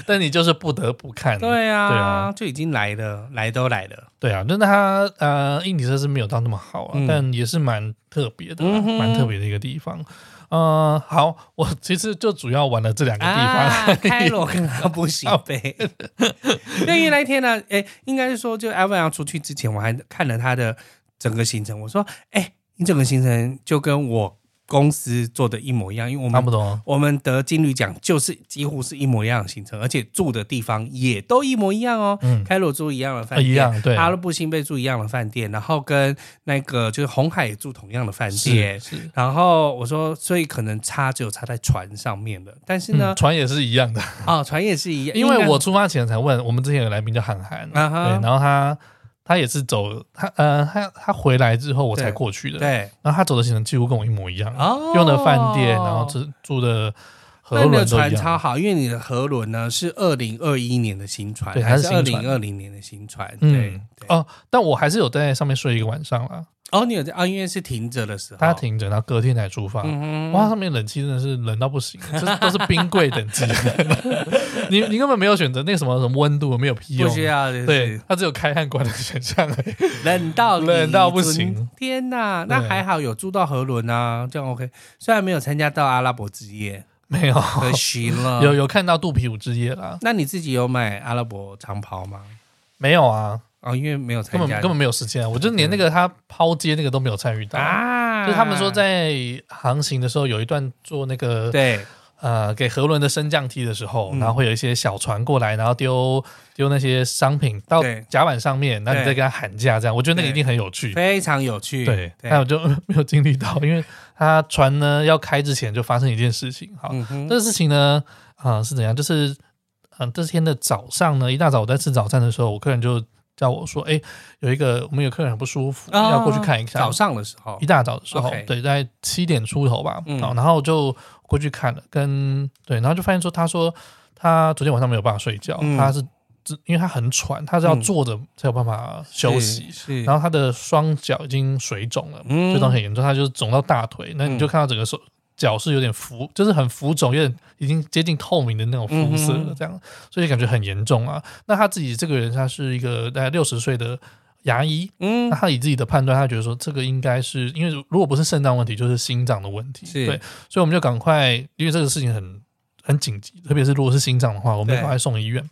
S3: 但你就是不得不看，
S2: 对啊，
S3: 对啊
S2: 就已经来了，来都来了。
S3: 对啊，但是它呃硬体设施没有到那么好啊，
S2: 嗯
S3: 但也是蛮特别的啊、
S2: 嗯哼
S3: 蛮、特别的一个地方。呃，好，我其实就主要玩了这两个地方。
S2: 啊，开罗跟阿布西贝。对，因 为那一天呢，哎、应该是说，就艾文要出去之前，我还看了他的整个行程。我说，哎、你整个行程就跟我公司做的一模一样，因为我
S3: 差
S2: 们
S3: 不多，
S2: 我们得金旅奖就是几乎是一模一样的行程，而且住的地方也都一模一样哦。
S3: 嗯，
S2: 开罗住一样的饭
S3: 呃
S2: 店，
S3: 一样对，
S2: 阿拉布辛贝住一样的饭店，然后跟那个就是红海也住同样的饭
S3: 是
S2: 店。
S3: 是，
S2: 然后我说，所以可能差只有差在船上面了，但是呢
S3: 嗯，，船也是一样的。
S2: 哦，船也是一样，
S3: 因为
S2: 该
S3: 我出发前才问，我们之前有来宾叫韩寒，
S2: 啊哈
S3: 对，然后他他也是走他呃他他回来之后我才
S2: 对
S3: 过去的，
S2: 对
S3: 然后他走的行程几乎跟我一模一样，
S2: 哦
S3: 用的饭店，然后住住
S2: 那
S3: 的河
S2: 你的
S3: 轮都一
S2: 船超
S3: 样，
S2: 好，因为你的河轮呢是二零二一年的新船，
S3: 对
S2: 还
S3: 它是
S2: 是二
S3: 新
S2: 零
S3: 船
S2: 二零年的新船，对
S3: 嗯，
S2: 对
S3: 哦，但我还是有在上面睡一个晚上啦。
S2: 哦，你有在啊，因为是停着的时候，
S3: 它，停着，然后隔天才出发。
S2: 嗯
S3: 哇，
S2: 哼，
S3: 上面冷气真的是冷到不行，这都是冰柜等级。 你你根本没有选择那个什么什么温度，没有屁
S2: 不
S3: 用。
S2: 需要，就是
S3: 对，它只有开和关的选项而已。
S2: 冷到你
S3: 冷到不
S2: 尊
S3: 行！
S2: 天哪，那
S3: 对
S2: 还好有住到河轮啊，这样 OK。虽然没有参加到阿拉伯之夜，
S3: 没有，
S2: 可惜了。
S3: 有，有看到肚皮舞之夜啦？
S2: 那你自己有买阿拉伯长袍吗？
S3: 没有啊，
S2: 哦，因为没有参
S3: 根本
S2: 加，
S3: 根本没有时间啊！我就连那个他抛接那个都没有参与到。
S2: 啊，
S3: 就是他们说在航行的时候，有一段做那个
S2: 对
S3: 呃，给河轮的升降梯的时候，
S2: 嗯
S3: 然后会有一些小船过来，然后丢丢那些商品到
S2: 对
S3: 甲板上面，然后你
S2: 对
S3: 再跟他喊价，这样我觉得那
S2: 对
S3: 个一定很有趣。
S2: 非常有趣，
S3: 对，
S2: 对
S3: 但我就 没有经历到，因为他船呢要开之前就发生一件事情。好，
S2: 嗯哼
S3: 这个事情呢，啊、是怎样？就是，嗯、这天的早上呢，一大早我在吃早餐的时候，我客人就叫我说，哎，有一个我们有客人很不舒服，
S2: 哦
S3: 要过去看一下。
S2: 早上的时候
S3: 一，大早的时候
S2: OK
S3: 对，在七点出头吧，
S2: 嗯
S3: 好然后就过去看了，跟对，然后就发现说，他说他昨天晚上没有办法睡觉，
S2: 嗯
S3: 他是只因为他很喘，他是要
S2: 嗯
S3: 坐着才有办法休息，
S2: 是，
S3: 然
S2: 后
S3: 后他的双脚已经水肿了，
S2: 嗯
S3: 水肿很严重，他就是肿到大腿，那你就
S2: 嗯
S3: 看到整个手。脚是有点浮，就是很浮肿，有点已经接近透明的那种肤色
S2: 嗯
S3: 了，
S2: 哼
S3: 这样，所以感觉很严重啊。那他自己这个人，他是一个大概六十岁的牙医，
S2: 嗯
S3: 那他以自己的判断，他觉得说这个应该是因为如果不是肾脏问题，就是心脏的问题。
S2: 是
S3: 对，所以我们就赶快，因为这个事情很很紧急，特别是如果是心脏的话，我们
S2: 对
S3: 就赶快送医院。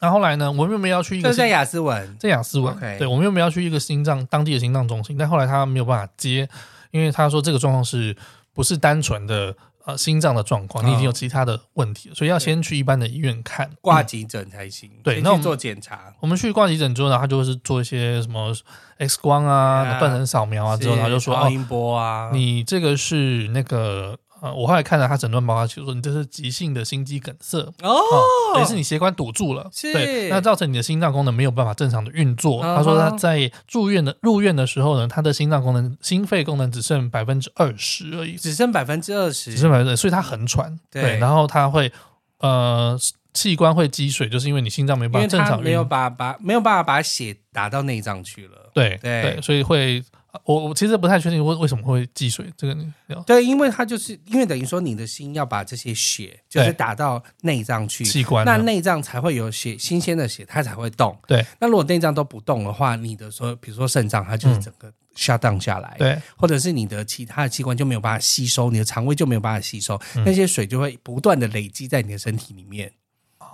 S3: 那后来呢，我们又没有要去一
S2: 就
S3: 个嗯
S2: 是在
S3: 心
S2: 雅思文，
S3: 在雅思湾
S2: OK
S3: 对，我们又没有要去一个心脏当地的心脏中心，但后来他没有办法接，因为他说这个状况是不是单纯的呃心脏的状况，你已经有其他的问题了，所以要
S2: 嗯对
S3: 先去一般的医院看
S2: 挂急诊才行，
S3: 对
S2: 先
S3: 那我
S2: 去
S3: 们
S2: 做检查，
S3: 我们去挂急诊之后呢，他就是做一些什么 X 光啊、
S2: 对啊
S3: 断层扫描啊之后，
S2: 是
S3: 然后就说
S2: 超
S3: 哦，
S2: 音波啊，
S3: 你这个是那个呃，我后来看了他诊断报告，就说你这是急性的心肌梗塞。
S2: 哦，
S3: 哦，等于是你血管堵住了，
S2: 是
S3: 对，那造成你的心脏功能没有办法正常的运作。他说
S2: 嗯哼
S3: 他在住院的入院的时候呢，他的心脏功能、心肺功能只剩百分之二十而已，
S2: 只剩百分之二十
S3: 只，剩百分之，所以他很喘，
S2: 对
S3: 对，然后他会呃器官会积水，就是因为你心脏没
S2: 因
S3: 办
S2: 为
S3: 法正
S2: 他
S3: 常
S2: 没
S3: 运
S2: 有
S3: 作。
S2: 把把没有办法把血打到内脏去了。
S3: 对
S2: 对
S3: 所以会我我其实不太确定为为什么会积水，这个你要
S2: 对，因为他就是因为等于说你的心要把这些血就是
S3: 对
S2: 打到内脏去，
S3: 器官
S2: 那
S3: 呢
S2: 内脏才会有血新鲜的血，它才会动。
S3: 对，
S2: 那如果内脏都不动的话，你的说比如说肾脏，它就是整个 shut down 下来，
S3: 嗯对
S2: 或者是你的其他的器官就没有办法吸收，你的肠胃就没有办法吸收，
S3: 嗯
S2: 那些水就会不断的累积在你的身体里面，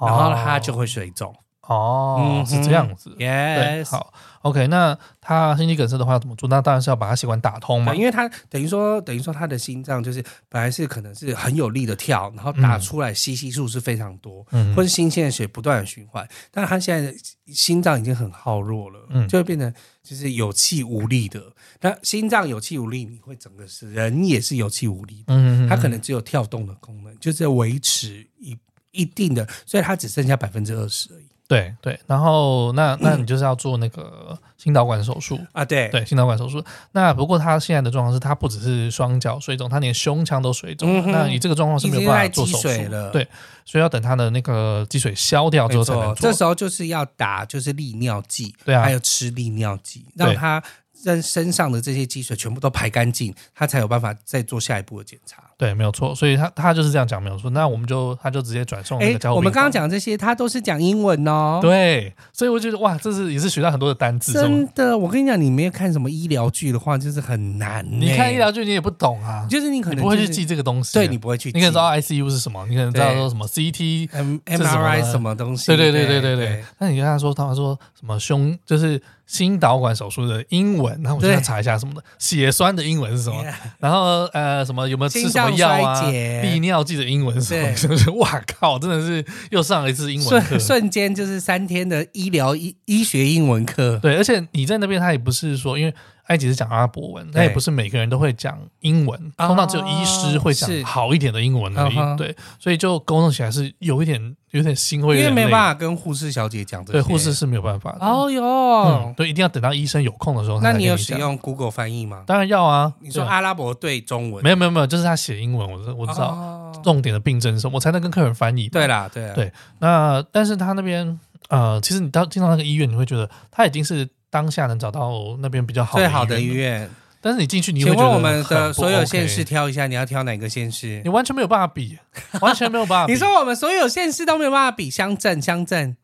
S2: 然后它就会水肿。
S3: 哦哦
S2: 嗯，
S3: 是这样子。对，
S2: Yes，
S3: 好，OK，那他心肌梗塞的话要怎么做？那当然是要把他血管打通嘛
S2: 对，。因为他等于说，等于说他的心脏就是本来是可能是很有力的跳，然后打出来吸吸数是非常多，
S3: 嗯
S2: 或，者新鲜的血不断的循环，但是他现在的心脏已经很耗弱了，
S3: 嗯
S2: 就会变成就是有气无力的。那心脏有气无力，你会整个是人也是有气无力的，
S3: 嗯
S2: 他可能只有跳动的功能，就是维持一一定的，所以他只剩下百分之二十而已
S3: 对对，然后那
S2: 嗯
S3: 那你就是要做那个心导管手术。
S2: 啊。对，
S3: 对，心导管手术。那不过他现在的状况是，他不只是双脚水肿，他连胸腔都水肿了。
S2: 嗯哼
S3: 那你这个状况是没有办法做手
S2: 已经在积水
S3: 术
S2: 了
S3: 对，所以要等他的那个积水消掉之后
S2: 没
S3: 才能
S2: 错，
S3: 做
S2: 这。时候就是要打就是利尿剂，
S3: 对啊
S2: 还有吃利尿剂，让他让身上的这些积水全部都排干净，他才有办法再做下一步的检查。
S3: 对，没有错。所以他他就是这样讲，没有错。那我们就他就直接转送那
S2: 哎
S3: 个交，互
S2: 我们
S3: 病
S2: 刚刚
S3: 房
S2: 讲这些，他都是讲英文哦。。
S3: 对，所以我觉得哇，这是也是学到很多的单字。是
S2: 真
S3: 吗
S2: 的，我跟你讲，你没有看什么医疗剧的话，就是很难呢、
S3: 你看医疗剧你也不懂啊，
S2: 就是你可
S3: 你
S2: 能、
S3: 不会去记，这个东西。啊
S2: 对你不会去记。
S3: 你可能知道 ICU 是什么，你可能知道
S2: 对
S3: 说什么 CT。
S2: M
S3: 是什么
S2: MRI
S3: 呢
S2: 什么东西？
S3: 对对对对对对。那你跟他说，他说什么胸就是心导管手术的英文，然后我就
S2: 对
S3: 要查一下什么的，血栓的英文是什么
S2: Yeah，
S3: 然后呃什么有没有吃
S2: 心
S3: 什么
S2: 脏
S3: 药啊
S2: 衰，竭
S3: 利尿剂的英文是什么，
S2: 对
S3: 就是哇靠，真的是又上了一次英文课
S2: 瞬。瞬间就是三天的医疗医医学英文课。
S3: 对，而且你在那边，他也不是说，因为埃及是讲阿拉伯文，那也
S2: 对哦
S3: 不是每个人都会讲英文，通常只有医师会讲
S2: 是
S3: 好一点的英文而
S2: 嗯
S3: 已。
S2: 哼
S3: 对，所以就沟通起来是有一点有点心灰，
S2: 因为没办
S3: 法，
S2: 法跟护士小姐讲这些。
S3: 对，护士是没有办法的。
S2: 哦哟、
S3: 嗯，对，一定要等到医生有空的时候。
S2: 那你有使
S3: 讲？
S2: 用 Google 翻译吗？
S3: 当然要啊。
S2: 你说
S3: 对
S2: 阿拉伯对中文，
S3: 没有没有没有，就是他写英文，我知我知道
S2: 哦
S3: 重点的病症是什么，我才能跟客人翻译。
S2: 对啦，对啦，
S3: 对那但是他那边呃，其实你到进到那个医院，你会觉得他已经是当下能找到那边比较好
S2: 最好的
S3: 医
S2: 医
S3: 院了。
S2: 院。
S3: 但是你进去，你
S2: 请
S3: 会觉
S2: 问
S3: 得
S2: 我们
S3: 很
S2: 的
S3: 不
S2: 所有
S3: OK
S2: 县市，挑一下，你要挑哪个县市
S3: 你？完全没有办法比，完全没有办法 比。
S2: 你说我们所有县市都没有办法比乡镇，乡镇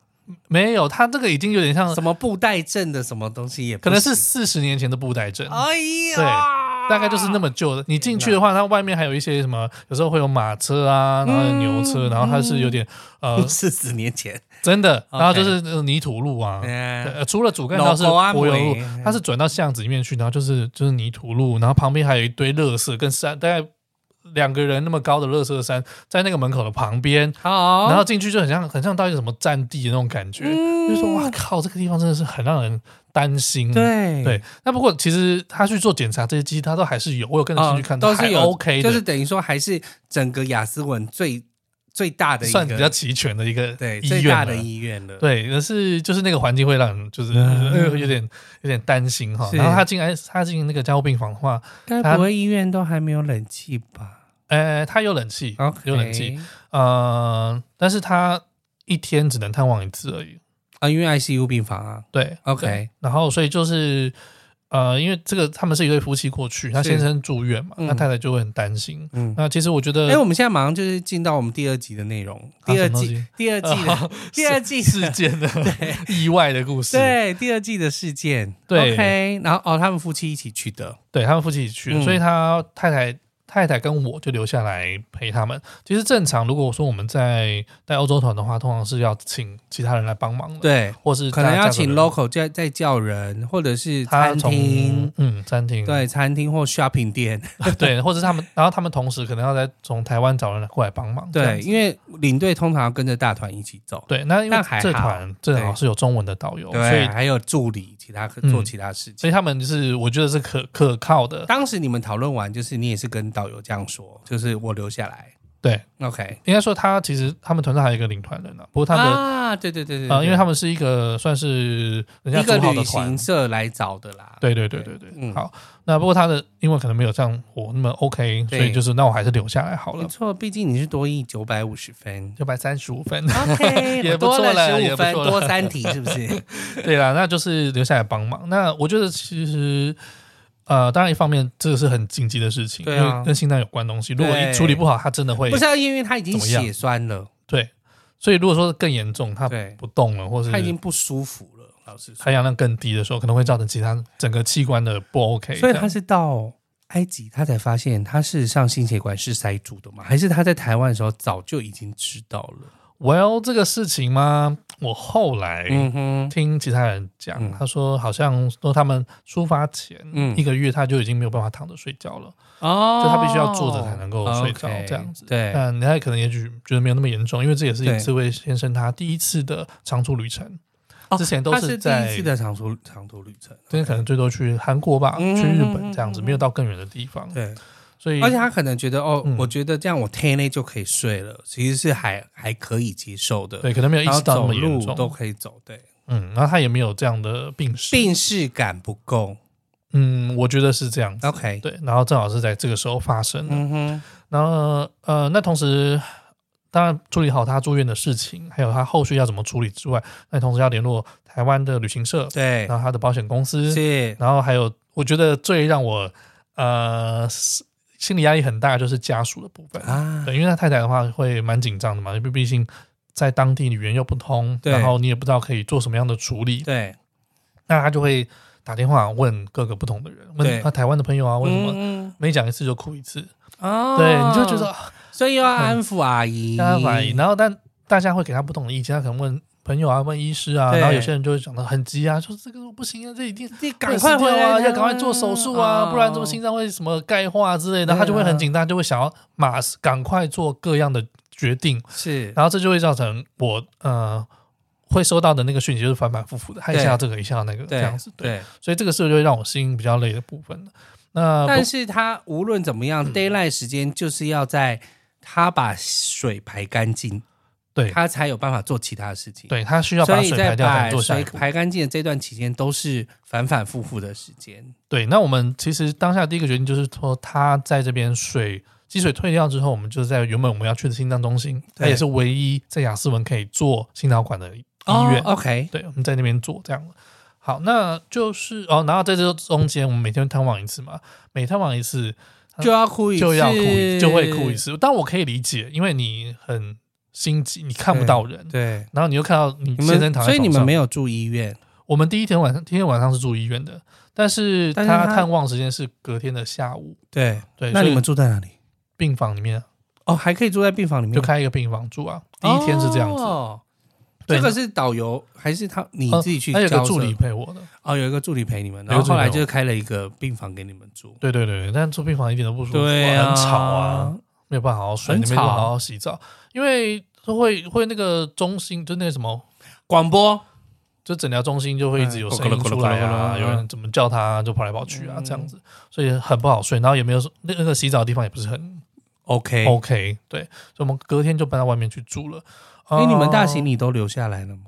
S3: 没有？他这个已经有点像，
S2: 什么布袋镇的什么东西也不
S3: 哦可能是四十年前的布袋镇，
S2: 哎
S3: 对
S2: 呀，，
S3: 大概就是那么旧的。你进去的话，它外面还有一些什么，有时候会有马车啊，然后有牛车，然后它是有点呃
S2: 四十年前，
S3: 真的，
S2: 嗯 OK
S3: 然后就是呃泥土路啊。对
S2: 嗯
S3: 呃除了主干道是
S2: 老头啊
S3: 柏油路
S2: 美，
S3: 它是转到巷子里面去，然后就是就是泥土路，然后旁边还有一堆垃圾跟山，大概两个人那么高的垃圾山，在那个门口的旁边，
S2: 好，
S3: 然后嗯进去就很像很像到一个什么战地的那种感觉，
S2: 嗯
S3: 就说哇靠，这个地方真的是很让人担心。
S2: 对
S3: 对，那不过其实他去做检查这些机器，他都还是有，我有跟着进去看，
S2: 哦都是
S3: 还
S2: 有
S3: OK 的，
S2: 就是等于说还是整个雅思文最最大的一
S3: 算比较
S2: 个
S3: 齐全的一个
S2: 对
S3: 医
S2: 最
S3: 院
S2: 大
S3: 了
S2: 的医院了。
S3: 对，可是就是那个环境会让人就是、呃有点有点担心哈。
S2: 嗯是
S3: 然后他进来，他进那个加护病房的话，
S2: 该不会医院都还没有冷气吧
S3: 呃，他有冷气，
S2: ？OK，
S3: 有冷气，呃，但是他一天只能探望一次而已。
S2: 啊，因为 ICU 病房啊。
S3: 对
S2: OK
S3: 对然后所以就是呃，因为这个他们是一对夫妻过去，他
S2: 是
S3: 先生住院嘛，
S2: 嗯
S3: 那太太就会很担心。
S2: 嗯，
S3: 那其实我觉得，
S2: 哎， 我们现在马上就是进到我们第二集的内容，
S3: 呃啊
S2: 第二
S3: 什么东
S2: 季
S3: 西，
S2: 第二季
S3: 呃
S2: 的， 第二季
S3: 事
S2: 的。
S3: 件的意外的故事，
S2: 对，第二季的事件，
S3: 对
S2: ，OK，然后哦，他们夫妻一起去的，
S3: 对他们夫妻一起去了，
S2: 嗯
S3: 所以他太太太太跟我就留下来陪他们。其实正常，如果说我们在带欧洲团的话，通常是要请其他人来帮忙的，，
S2: 对，
S3: 或是
S2: 可能要
S3: 大家
S2: 请
S3: 可能
S2: local 再再叫人，或者是
S3: 他
S2: 餐
S3: 从
S2: 厅，
S3: 嗯餐厅
S2: 对，餐厅或 shopping 店，
S3: 对，或者他们，然后他们同时可能要再从台湾找人过来帮忙，这样
S2: 对，
S3: 子
S2: 因为领队通常要跟着大团一起走，
S3: 对，那因为
S2: 但还好
S3: 这团正好
S2: 对
S3: 是有中文的导游，所
S2: 对，
S3: 以
S2: 还有助理，其他
S3: 嗯
S2: 做其他事
S3: 所
S2: 情。
S3: 以他们就是我觉得是可可靠的，
S2: 当时你们讨论完，就是你也是跟导游这样说，就是我留下来
S3: 对，
S2: ，OK，
S3: 应该说他其实他们团上还有一个领团人啊，不过他的
S2: 啊，对对对对
S3: 啊，因为他
S2: 们
S3: 们是一个算是人家
S2: 一个
S3: 组好
S2: 旅
S3: 的团
S2: 行，社来找的啦，
S3: 对对对对对，
S2: 嗯
S3: 好，那不过他的英文可能没有像我那么 OK，所
S2: 对嗯
S3: 以就是那我还是留下来好
S2: 没
S3: 了，
S2: 错，毕竟你是多一九百五十分
S3: 九百三十五分，
S2: ，OK，
S3: 也
S2: 我
S3: 不错
S2: 多
S3: 了
S2: 了
S3: 也
S2: 十
S3: 不
S2: 五分，
S3: 错了
S2: 多三题是不 是？
S3: 对啦，那就是留下来帮忙。那我觉得其实。呃，当然，一方面这个是很紧急的事情，
S2: 对啊
S3: 因为跟心脏有关的东西，如果一
S2: 对
S3: 处理不好，它真的会
S2: 不是啊，因为他已经
S3: 怎么样
S2: 血栓了，
S3: 对，所以如果说更严重，他
S2: 对
S3: 不动了，或是
S2: 他已经不舒服了，老实说，
S3: 含氧量更低的时候，可能会造成其他整个器官的不 OK 这
S2: 所以
S3: 样。
S2: 他是到埃及，他才发现他事实上心血管是塞住的嘛？还是他在台湾的时候早就已经知道了？
S3: Well，这个事情嘛，我后来
S2: 嗯哼，
S3: 听其他人讲，
S2: 嗯
S3: 他说好像说他们出发前、
S2: 嗯
S3: 一个月他就已经没有办法躺着睡觉了，
S2: 哦
S3: 就他必须要坐着才能够睡着
S2: OK，
S3: 这样子。
S2: 对
S3: 但他可能也许觉得没有那么严重，因为这也是
S2: 对
S3: 这位先生他第一次的长途旅程，
S2: 哦
S3: 之前都
S2: 他
S3: 是
S2: 是第
S3: 在
S2: 一次的长途长途旅程，
S3: 之前可能最多去韩国吧，
S2: 嗯
S3: 去日本这样子，没有到更远的地方。
S2: 对，
S3: 所以
S2: 而且他可能觉得哦，
S3: 嗯
S2: 我觉得这样我天内就可以睡了，其实是还还可以接受的，
S3: 对，可能没有意
S2: 然后
S3: 识到那
S2: 走
S3: 么严
S2: 路都
S3: 重。
S2: 可以走，对，
S3: 嗯，然后他也没有这样的病史。
S2: 病视感不够
S3: 嗯，我觉得是这样子。
S2: ，OK，
S3: 对，然后正好是在这个时候发生的。
S2: 嗯哼，
S3: 然后呃，那同时当然处理好他住院的事情，还有他后续要怎么处理之外，那同时要联络台湾的旅行社，
S2: 对
S3: 然，后他的保险公司，
S2: 是，
S3: 然后还有我觉得最让我呃是心理压力很大的就是家属的部分
S2: 啊
S3: 对，因为他太太的话会蛮紧张的嘛，因为毕竟在当地语言又不通，
S2: 对
S3: 然后你也不知道可以做什么样的处理，
S2: 对，
S3: 那他就会打电话问各个不同的人，问
S2: 对
S3: 他台湾的朋友啊，为什么
S2: 么？
S3: 每讲一次就哭一次，
S2: 嗯哦，
S3: 对，你就会觉得，啊
S2: 所以又要安抚阿姨，
S3: 大家怀疑，然后但大家会给他不同的意见，他可能问朋友啊，问医师啊，
S2: 对
S3: 然后有些人就会讲的很急啊，说这个不行啊，这一定
S2: 你赶快回来
S3: 啊，
S2: 啊，
S3: 要赶快做手术啊，
S2: 哦
S3: 不然这个心脏会什么钙化之类的，
S2: 对啊
S3: 他就会很紧张，就会想要马赶快做各样的决定，
S2: 是，
S3: 然后这就会造成我呃。会收到的那个讯息就是反反复复的，他一下
S2: 对
S3: 这个一下那个这
S2: 对
S3: 样子，对，
S2: 对。
S3: 所以这个是就会让我心比较累的部分了。那
S2: 但
S3: 不嗯
S2: 是他无论怎么样，daylight 时间就是要在他把水排干净，
S3: 对
S2: 他才有办法做其他的事情。，
S3: 对他需要
S2: 所
S3: 把
S2: 以
S3: 水
S2: 在
S3: 排掉才
S2: 把
S3: 能做下
S2: 水
S3: 一步，
S2: 排干净的这段期间，都是反反复复的时间。
S3: 对，那我们其实当下第一个决定就是说，他在这边水积水退掉之后，我们就在原本我们要去的心脏中心，它
S2: 对
S3: 也是唯一在雅思文可以做心导管的医院。
S2: o k
S3: 对，我们在那边做这样。好，那就是哦，然后在这中间，我们每天探望一次嘛，每探望一次
S2: 就要哭一次，
S3: 啊就要哭一，就会哭一。次。但我可以理解，因为你很心急，你看不到人，
S2: 对，
S3: 然后你又看到你
S2: 你
S3: 先生
S2: 们
S3: 躺在床上，
S2: 所以你们没有住医院，
S3: 我们第一天晚上，第一天晚上是住医院的，但是
S2: 但是他
S3: 他探望时间是隔天的下午。
S2: 对，
S3: 对，
S2: 那
S3: 所以
S2: 你们住在哪里？
S3: 病房里面啊
S2: 哦，还可以住在病房里面，
S3: 就开一个病房住啊。第一天是这样子，
S2: 哦
S3: 对
S2: 这个是导游还是他你
S3: 呃
S2: 自己去？
S3: 还有个助理陪我的，
S2: 哦，有一个助理陪你们，
S3: 有一
S2: 然后
S3: 个助理陪我
S2: 后来就开了一个病房给你们住。
S3: 对对对，但住病房一点都不舒服，
S2: 对啊
S3: 很吵啊，没有办法好好睡，
S2: 很
S3: 你没办法
S2: 吵
S3: 好好洗澡，因为都会会那个中心就那个什么。
S2: 广播
S3: 就诊疗中心就会
S2: 哎
S3: 一直有声音出来啊，有
S2: 嗯
S3: 人怎么叫他、就跑来跑去啊，这样子，所以很不好睡。然后也没有那那个洗澡的地方也不是很
S2: OK，哎、
S3: OK，对，所以我们隔天就搬到外面去住了。因
S2: 你们大行李都留下来了吗？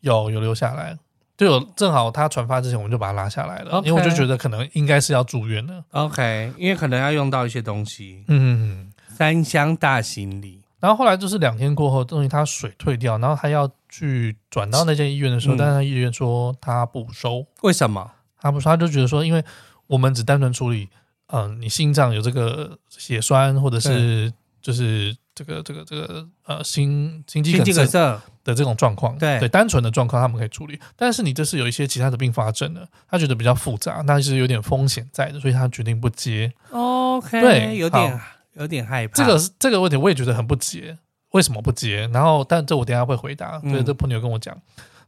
S3: 有有留下来，就有正好他传发之前，我们就把他拉下来了
S2: OK
S3: 因为我就觉得可能应该是要住院了。
S2: OK，因为可能要用到一些东西，
S3: 嗯，
S2: 三箱大行李。
S3: 然后后来就是两天过后，终于他水退掉，然后他要去转到那间医院的时候，
S2: 嗯
S3: 但是他医院说他不收，
S2: 为什么？
S3: 他不收，他就觉得说，因为我们只单纯处理，嗯、你心脏有这个血栓或者是就是这个这个这个呃心心肌
S2: 心
S3: 梗
S2: 肌
S3: 塞
S2: 梗塞
S3: 的这种状况，
S2: 对
S3: 对，单纯的状况他们可以处理，但是你这是有一些其他的并发症的，他觉得比较复杂，那是有点风险在的，所以他决定不接。哦
S2: ，OK，
S3: 对
S2: 有点有点害怕。
S3: 这个是这个问题，我也觉得很不解，为什么不接？然后，但这我等一下会回答，
S2: 嗯
S3: 对，这朋友跟我讲。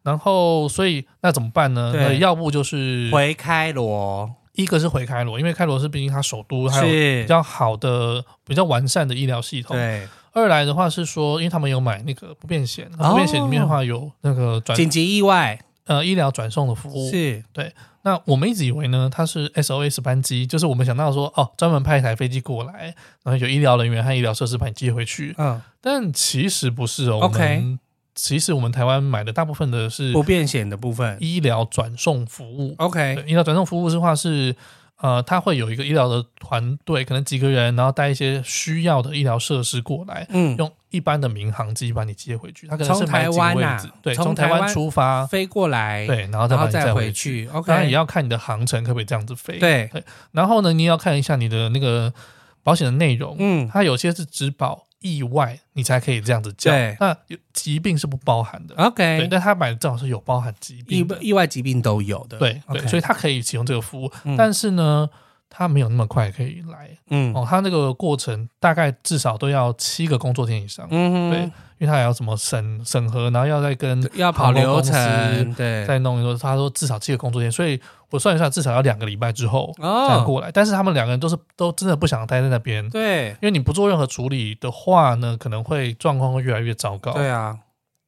S3: 然后，所以那怎么办呢？
S2: 对
S3: 呃要不就是
S2: 回开罗
S3: 一个是回开罗，因为开罗是毕竟它首都，还有比
S2: 是，
S3: 较好的、比较完善的医疗系统。
S2: 对，
S3: 二来的话是说，因为他们有买那个不便险，那不便险里面的话有那个转、
S2: 哦紧急意外
S3: 呃医疗转送的服务，
S2: 是
S3: 那我们一直以为呢，它是 SOS 班机，就是我们想到说，哦，专门派一台飞机过来，然后有医疗人员和医疗设施把你接回去。
S2: 嗯
S3: 但其实不是哦
S2: OK
S3: 我们其实我们台湾买的大部分的是
S2: 不便险的部分。
S3: 医疗转送服务。对
S2: OK，
S3: 医疗转送服务的话是，呃，它会有一个医疗的团队，可能几个人，然后带一些需要的医疗设施过来。
S2: 嗯，
S3: 用一般的民航机把你接回去，它可能是
S2: 从台
S3: 买几个
S2: 湾
S3: 位
S2: 啊
S3: 置，对，
S2: 从
S3: 从台
S2: 台
S3: 湾
S2: 湾
S3: 出发，
S2: 飞过来，，
S3: 对，然后再
S2: 然
S3: 把
S2: 后
S3: 你载
S2: 再
S3: 回
S2: 回
S3: 去。
S2: 去。
S3: 当然也
S2: OK，
S3: 要看你的航程可不可以这样子飞。
S2: 对
S3: 然后呢，你也要看一下你的那个保险的内容，
S2: 嗯
S3: 它有些是只保意外，你才可以这样子叫
S2: 对。
S3: 那有疾病是不包含的，对，
S2: ，OK，
S3: 但他买的正好是有包含疾
S2: 意
S3: 病的，
S2: 意外疾病都有的，
S3: 对对，
S2: OK
S3: 所以他可以启用这个服务，
S2: 嗯
S3: 但是呢，他没有那么快可以来。
S2: 嗯
S3: 哦，它那个过程大概至少都要七个工作天以上，
S2: 嗯
S3: 对，因为它还要什么审审核，然后要再跟
S2: 要跑
S3: 哦航空
S2: 流
S3: 公司
S2: 程，对，
S3: 再弄一弄。他说至少七个工作天，所以我算一算，至少要两个礼拜之后才
S2: 哦，
S3: 过来。但是他们两个人都是都真的不想待在那边，因
S2: 对，
S3: 为你不做任何处理的话呢，可能会状况会越来越糟糕。
S2: 对啊，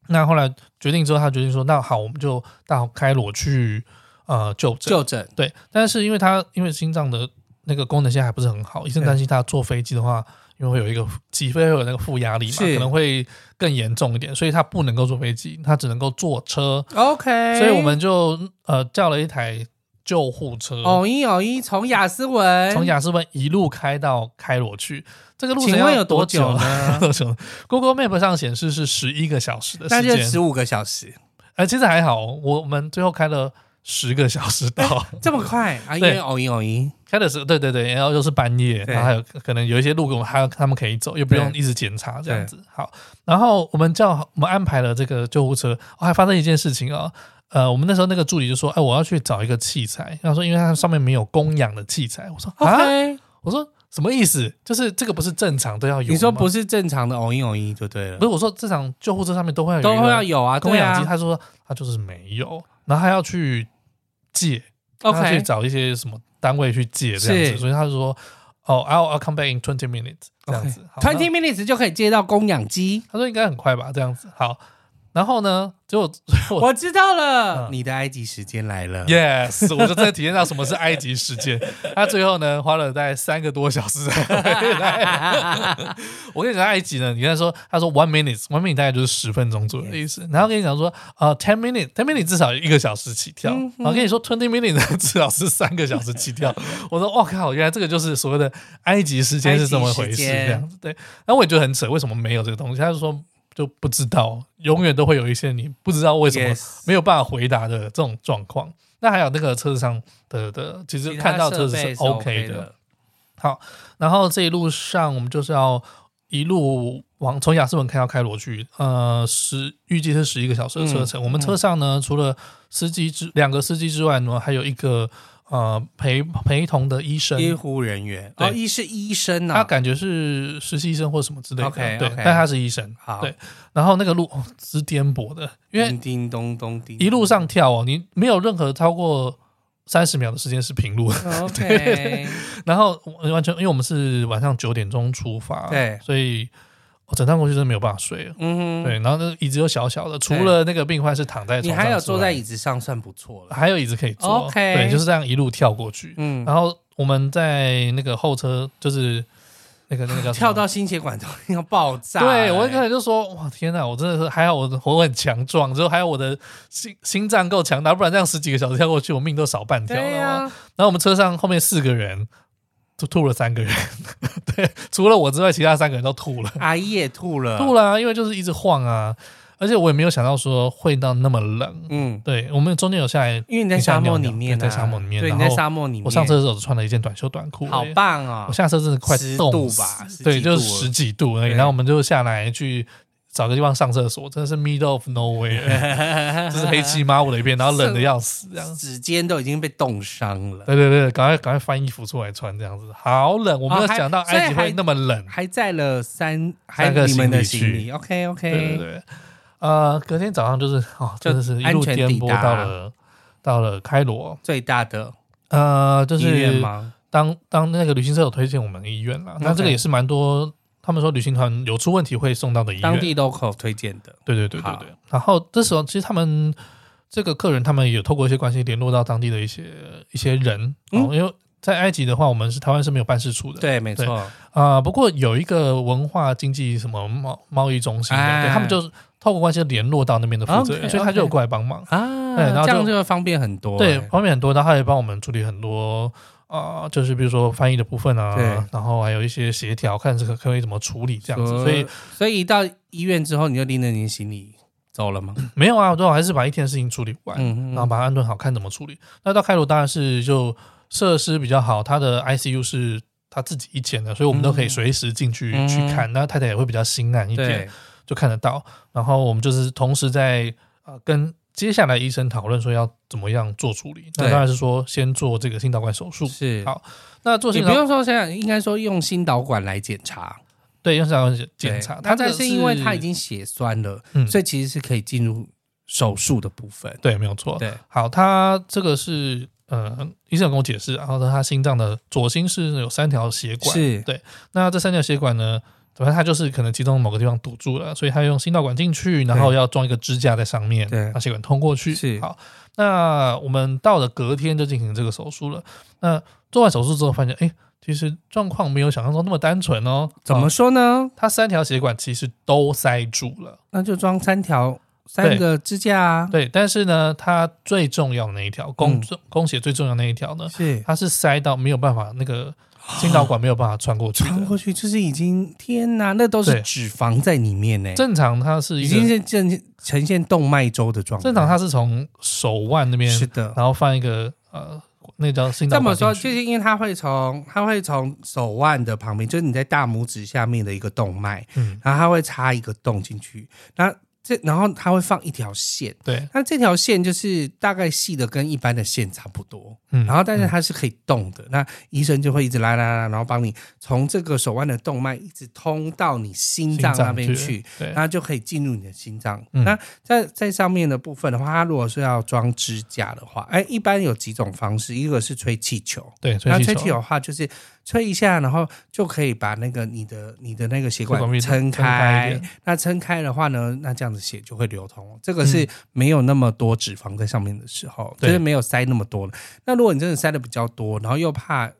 S3: 那后来决定之后，他决定说，那好，我们就到开罗去呃就诊。
S2: 就诊，
S3: 对，但是因为他因为心脏的那个功能现在还不是很好，医生担心他坐飞机的话，因为会有一个起飞会有那个负压力嘛，
S2: 是
S3: 可能会更严重一点，所以他不能够坐飞机，他只能够坐车，
S2: OK，
S3: 所以我们就呃叫了一台救护车，
S2: 偶一偶一从雅思文，
S3: 从雅斯文一路开到开罗去。这个路程
S2: 请问
S3: 要
S2: 有
S3: 多
S2: 多
S3: 久
S2: 久
S3: 呢？
S2: 呢？
S3: 多久？Google Map 上显示是十一个小时的
S2: 那
S3: 时
S2: 就
S3: 间，
S2: 十五个小时，
S3: 哎，其实还好，我们最后开了十个小时到。
S2: 这么快啊？因
S3: 对
S2: 为偶一偶一，
S3: 开的时候，对对对，然后又是半夜，
S2: 对
S3: 然后还有可能有一些路我们还有他们可以走，又不用
S2: 对
S3: 一直检查这样子。好，然后我们叫我们安排了这个救护车，哦、还发生一件事情啊、呃，我们那时候那个助理就说，哎，我要去找一个器材，他说因为它上面没有供氧的器材，我说啊
S2: OK，
S3: 我说什么意思？就是这个不是正常都要有的吗？
S2: 你说不是正常的偶一偶一就对了，
S3: 不是？我说这场救护车上面都会有一个
S2: 都会要有啊，
S3: 供
S2: 对
S3: 氧机，
S2: 啊
S3: 他说他就是没有，然后他要去借。他去
S2: ，OK，
S3: 找一些什么单位去借这样子，
S2: 是
S3: 所以他就说，哦，I'll I'll come back in twenty minutes 这样子。好
S2: twenty
S3: 那
S2: minutes 就可以接到供氧机。
S3: 他说应该很快吧，这样子。好，然后呢，结果我
S2: 我知道了，
S3: 嗯
S2: 你的埃及时间来了。
S3: yes，我就真的体验到什么是埃及事件。他最后呢，花了大概三个多小时才回 来。我跟你讲，埃及呢，你跟他说，他说 one minutes，one minute 大概就是十分钟左右的意思。然后跟你讲说，呃，ten minute，ten minute 至少一个小时起跳。然后跟你说 twenty minute 呢 至少是三个小时起 跳。我说，我、哦靠，原来这个就是所谓的埃及时间是这么回
S2: 埃及
S3: 事，
S2: 时间
S3: 这样子对。然后我也觉得很扯，为什么没有这个东西？他就说。就不知道，永远都会有一些你不知道为什么
S2: Yes
S3: 没有办法回答的这种状况。那还有那个车子上的的，其实
S2: 其他
S3: 看到车子
S2: 设备
S3: 是
S2: 是
S3: OK
S2: OK
S3: 的
S2: 的。
S3: 好，然后这一路上我们就是要一路往从雅斯文开到开罗去，呃，十预计是十一个小时
S2: 嗯
S3: 的车程。我们车上呢，除了司机之两个司机之外呢，还有一个呃陪陪同的医生，
S2: 医护人员
S3: 对
S2: 哦，医是医生
S3: 他
S2: 啊。
S3: 感觉是实习医生或什么之类的
S2: OK，
S3: 对
S2: OK
S3: 但他是医生。
S2: 好，
S3: 对然后那个路哦是颠簸的，因为
S2: 叮叮咚咚叮，
S3: 一路上跳哦，你没有任何超过三十秒的时间是平 路的。
S2: OK，
S3: 然后我完全因为我们是晚上九点钟出发，
S2: 对
S3: 所以我整趟过去真的没有办法睡了。
S2: 嗯哼，
S3: 对，然后那个椅子又小小的，除了那个病患是躺在
S2: 你
S3: 床上之外，
S2: 还有坐在椅子上算不错了。
S3: 还有椅子可以坐。
S2: OK
S3: 对，就是这样一路跳过去。
S2: 嗯，
S3: 然后我们在那个后车，就是那个那个叫什么
S2: 跳到欸心血管都要爆炸。哎
S3: 对我一开
S2: 看
S3: 始就说，哇，天哪，我真的是还好我的我很强壮，之后还有我的心心脏够强大，不然这样十几个小时跳过去，我命都少半条了。
S2: 对呀，
S3: 然后我们车上后面四个人吐吐了三个人， 对，除了我之外，其他三个人都吐了，
S2: 阿姨也吐了，
S3: 吐
S2: 了。
S3: 了啊、因为就是一直晃啊，而且我也没有想到说会到那么冷。
S2: 嗯，
S3: 对我们中间有下来，
S2: 因为你在沙漠里面啊，
S3: 对在沙漠里面
S2: 对，
S3: 然
S2: 你
S3: 后
S2: 在沙漠里面。
S3: 我上车的时候只穿了一件短袖短裤、
S2: 好
S3: 欸
S2: 棒哦
S3: 我！下车真的快
S2: 10
S3: 冻
S2: 度
S3: 死
S2: 吧10
S3: 对，
S2: 几
S3: 就
S2: 度
S3: 是
S2: 了
S3: 十几度而已。
S2: 对
S3: 然后我们就下来去找个地方上厕所，真的是 middle of nowhere，就是 黑漆麻乌的一片，然后冷的要死这样。
S2: 指尖都已经被冻伤了，
S3: 对对对，赶快赶快翻衣服出来穿，这样子好冷。我没有
S2: 哦还
S3: 想到埃及
S2: 所以
S3: 会
S2: 还
S3: 那么冷。
S2: 还载了三，还
S3: 三个
S2: 有你们的
S3: 行
S2: 行
S3: 李去
S2: 李。OK
S3: 对对
S2: OK，
S3: 对，呃，隔天早上就是哦，真的是一
S2: 安
S3: 路
S2: 全
S3: 颠
S2: 抵
S3: 簸
S2: 达
S3: 到了到了开罗，
S2: 最大的
S3: 呃，就
S2: 医院
S3: 是
S2: 吗？
S3: 当当那个旅行社有推荐我们医院啦，那
S2: OK
S3: 这个也是蛮多，他们说旅行团有出问题会送到的医
S2: 当
S3: 院。
S2: 地 local 推荐的。
S3: 对对对对
S2: 好
S3: 对。然后这时候其实他们这个客人他们也透过一些关系联络到当地的一些一些人，哦，
S2: 嗯
S3: 因为在埃及的话，我们是台湾是没有办事处的，
S2: 对，没错，
S3: 啊、不过有一个文化经济什么贸贸易中心的，
S2: 哎
S3: 对他们就是透过关系联络到那边的负责人，
S2: OK，
S3: 哦所以他就有
S2: OK
S3: 过来帮忙。
S2: 啊，
S3: 哎对然后
S2: 这样
S3: 就
S2: 就会方便很多、
S3: 对，
S2: 欸
S3: 方面很多，然后他也帮我们处理很多啊、呃就是比如说翻译的部分
S2: 对
S3: 啊，然后还有一些协调，看这个可以怎么处理这样子。
S2: 说
S3: 所以
S2: 嗯所以一到医院之后，你就拎着你的行李走了吗？
S3: 没有啊，我最后还是把一天的事情处理完，
S2: 嗯
S3: 然后把它安顿好，看怎么处理。那到开罗当然是就设施比较好，它的 ICU 是他自己一间的，所以我们都可以
S2: 嗯
S3: 随时进去、
S2: 嗯
S3: 去看。那太太也会比较心安一点。
S2: 对，
S3: 就看得到。然后我们就是同时在呃跟接下来医生讨论说要怎么样做处理。那
S2: 对
S3: 当然是说先做这个心导管手术。
S2: 是
S3: 好那做
S2: 你
S3: 心
S2: 不
S3: 导
S2: 用说现在，应该说用心导管来检查
S3: 对用心导管检查，
S2: 它
S3: 它这
S2: 但
S3: 个
S2: 是因为它已经血栓了，
S3: 嗯
S2: 所以其实是可以进入手术的部分。
S3: 对没有错。
S2: 对，
S3: 好，他这个是呃，医生有跟我解释，然后他心脏的左心室有三条血管，
S2: 是
S3: 那这三条血管呢，反正它就是可能其中某个地方堵住了，所以他用心导管进去，然后要装一个支架在上面，
S2: 对
S3: 让血管通过去。
S2: 是
S3: 好，那我们到了隔天就进行这个手术了。那做完手术之后发现，哎、其实状况没有想象中那么单纯哦。
S2: 怎么
S3: 哦？
S2: 说呢？
S3: 它三条血管其实都塞住了，
S2: 那就装三条三个支架啊。
S3: 对。但是呢，它最重要的那一条供供血最重要的那一条呢，
S2: 嗯是
S3: 它是塞到没有办法，那个心导管没有办法穿过去的。
S2: 穿过去就是已经天哪，那都是
S3: 对
S2: 脂肪在里面呢，
S3: 正常它是
S2: 已
S3: 一
S2: 经
S3: 个
S2: 是正呈现动脉粥的状态。
S3: 正常，它是从手腕那边，
S2: 是的。
S3: 然后放一个呃，那叫心
S2: 这
S3: 导
S2: 么
S3: 管进
S2: 说，
S3: 去。
S2: 就是因为它会从它会从手腕的旁边，就是你在大拇指下面的一个动脉，
S3: 嗯，
S2: 然后它会插一个洞进去，那这然后它会放一条线，
S3: 对，
S2: 那这条线就是大概细的跟一般的线差不多，
S3: 嗯，
S2: 然后但是
S3: 嗯
S2: 它是可以动的，那医生就会一直拉拉拉，然后帮你从这个手腕的动脉一直通到你心脏那边
S3: 心
S2: 去，
S3: 对，
S2: 那就可以进入你的心脏。
S3: 嗯
S2: 那在在上面的部分的话，它如果是要装支架的话，哎，一般有几种方式，一个是吹气球。
S3: 对，
S2: 那
S3: 吹
S2: 吹
S3: 气
S2: 气球的话，就是吹一下，然后就可以把那个你的你的那个血管
S3: 血管壁
S2: 撑
S3: 撑开一
S2: 开
S3: 点。
S2: 那撑开的话呢，那这样子血就会流通。这个是没有那么多脂肪在上面的时候，
S3: 嗯对
S2: 就是没有塞那么多了。那如果你真的塞的比较多，然后又怕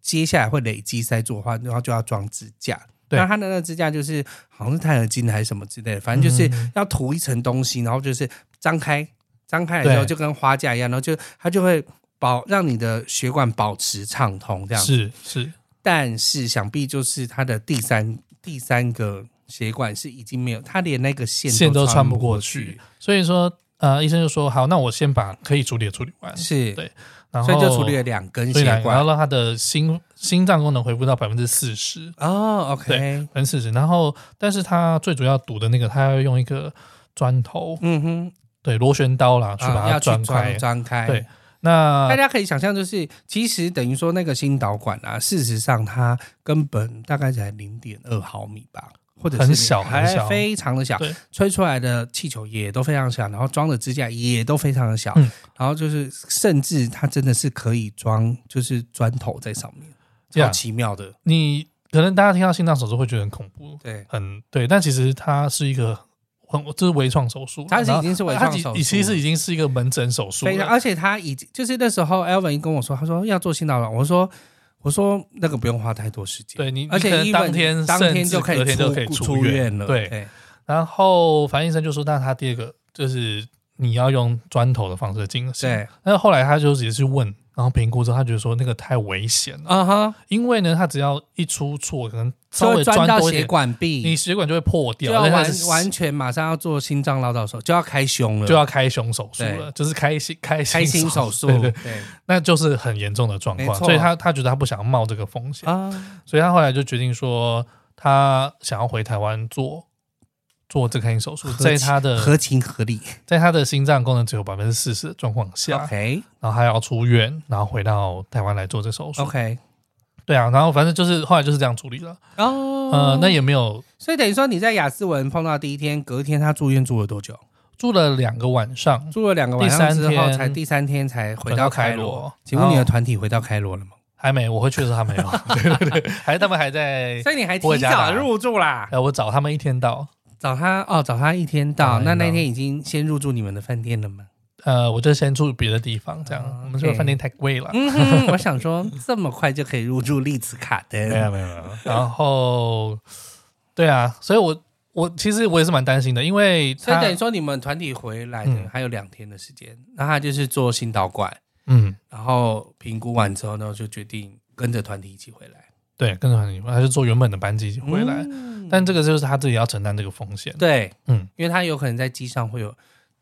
S2: 接下来会累积塞住的话，然后就要装支架。
S3: 对
S2: 那它的那个支架就是好像是钛合金的还是什么之类的，反正就是
S3: 嗯嗯嗯
S2: 要涂一层东西，然后就是张开，张开的时候
S3: 对
S2: 就跟花架一样，然后就它就会保让你的血管保持畅通这样。，
S3: 是是，
S2: 但是想必就是它的第三第三个血管是已经没有，它连那个线
S3: 线都
S2: 穿
S3: 穿不
S2: 过
S3: 过去。所以说呃，医生就说好，那我先把可以处理的处理完，
S2: 是，
S3: 对然后
S2: 所以就处理了两根
S3: 所
S2: 血
S3: 以两个然
S2: 管
S3: 后。让他的心心脏功能恢复到百分之四十，
S2: 哦，OK，
S3: 对百分之四十。然后，但是他最主要堵的那个，他要用一个砖头，
S2: 嗯哼，
S3: 对，螺旋刀啦，去
S2: 啊
S3: 把
S2: 要
S3: 它
S2: 去哎
S3: 钻开
S2: 装。张开，
S3: 对那
S2: 大家可以想象，就是其实等于说那个心导管啊，事实上它根本大概才零点二毫米吧，或者是
S3: 很小
S2: 还
S3: 很小
S2: 非常的小
S3: 对，
S2: 吹出来的气球也都非常小，然后装的支架也都非常的小，
S3: 嗯
S2: 然后就是甚至它真的是可以装就是砖头在上面，
S3: 这
S2: 超
S3: 样
S2: 奇妙的，
S3: 你可能大家听到心脏手术会觉得很恐怖，
S2: 对，
S3: 很对，但其实它是一个很这是微创手术，
S2: 它是
S3: 然后
S2: 已经是微
S3: 它
S2: 创手术啊
S3: 已其实已经是一个门诊手术
S2: 非常，
S3: 了，
S2: 而且他已经就是那时候 Elvin 跟我说，他说要做心导管，我说我说那个不用花太多时间。
S3: 对你，
S2: 而
S3: 你可
S2: 且
S3: 能
S2: even
S3: 当天
S2: 当
S3: 甚
S2: 天
S3: 至
S2: 就可以
S3: 隔天就
S2: 出
S3: 可以
S2: 出
S3: 院
S2: 院了，哎
S3: 对，然后樊医生就说，那他第二个就是你要用砖头的方式进行，
S2: 对。
S3: 那后来他就也是问，然后评估之后，他觉得说那个太危险了，
S2: 啊哈，
S3: 因为呢，他只要一出错，可能稍
S2: 就
S3: 微
S2: 会
S3: 钻
S2: 钻到
S3: 多一
S2: 血
S3: 点，
S2: 管
S3: 你
S2: 壁，
S3: 血管就会破
S2: 就
S3: 掉，
S2: 要
S3: 而且它
S2: 完
S3: 是
S2: 完全马上要做心脏绕道手，就要开胸了，
S3: 就要开胸手术
S2: 嗯对
S3: 了，就是开心开心
S2: 开心手术，
S3: 对对
S2: 对
S3: 那就是很严重的状
S2: 没
S3: 况，
S2: 错
S3: 所以他他觉得他不想冒这个风险，
S2: 啊，
S3: 所以他后来就决定说，他想要回台湾做做这个开心手术，
S2: 合
S3: 在他的
S2: 合情合理。
S3: 在他的心脏功能只有百分之四十的状况下，
S2: OK
S3: 然后他要出院，然后回到台湾来做这手术。
S2: OK，
S3: 对啊，然后反正就是后来就是这样处理了，
S2: 哦，
S3: 呃，那也没有
S2: 所以等于说你在雅思文碰到第一天，隔天他住院住了多久？
S3: 住了两个晚上，
S2: 住了两个晚
S3: 第
S2: 上
S3: 三
S2: 之后，
S3: 天
S2: 才第三天才回
S3: 回到
S2: 到
S3: 开
S2: 开
S3: 罗哦
S2: 罗。请问你
S3: 然
S2: 的
S3: 后
S2: 团体回到开罗了吗？
S3: 还没，我回去的时候还 没有，对对对，还是他们还在。
S2: 所以你还
S3: 哎不
S2: 提
S3: 会加
S2: 早
S3: 打
S2: 入住啦？
S3: 哎，我找他们一天到，
S2: 找他哦，找他一天到，
S3: 嗯
S2: 那那天已经先入住你们的饭店了吗？
S3: 呃，我就先住别的地方，这样。我们
S2: 哦
S3: 说
S2: OK
S3: 饭店太贵了，
S2: 嗯哼，我想说这么快就可以入住丽兹卡
S3: 没有
S2: 登，
S3: 没有没有。然后，对啊，所以我我其实我也是蛮担心的，因为
S2: 所以
S3: 他
S2: 等于说你们团体回来的
S3: 嗯
S2: 还有两天的时间，那他就是做心导管，
S3: 嗯，
S2: 然后评估完之后呢，就决定跟着团体一起回来。
S3: 对，跟着团体，他就坐原本的班机回来，
S2: 嗯
S3: 但这个就是他自己要承担这个风险。
S2: 对，
S3: 嗯，
S2: 因为他有可能在机上会有。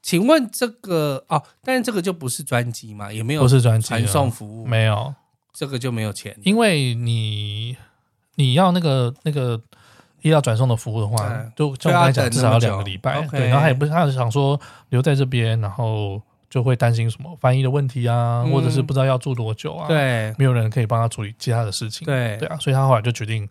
S2: 请问这个哦，但是这个就不是专机嘛，也没有
S3: 不是专机啊
S2: 传送服务，
S3: 没有，
S2: 这个就没有钱。
S3: 因为你你要那个那个医疗转送的服务的话，
S2: 嗯
S3: 就像我刚才
S2: 就要等
S3: 讲，至少要
S2: 那么久
S3: 两个礼拜。
S2: OK
S3: 对，然后他也不是，他是想说留在这边，然后就会担心什么翻译的问题啊，
S2: 嗯
S3: 或者是不知道要住多久啊，，
S2: 对
S3: 没有人可以帮他处理其他的事情。
S2: 对嗯
S3: 对啊，所以他后来就决定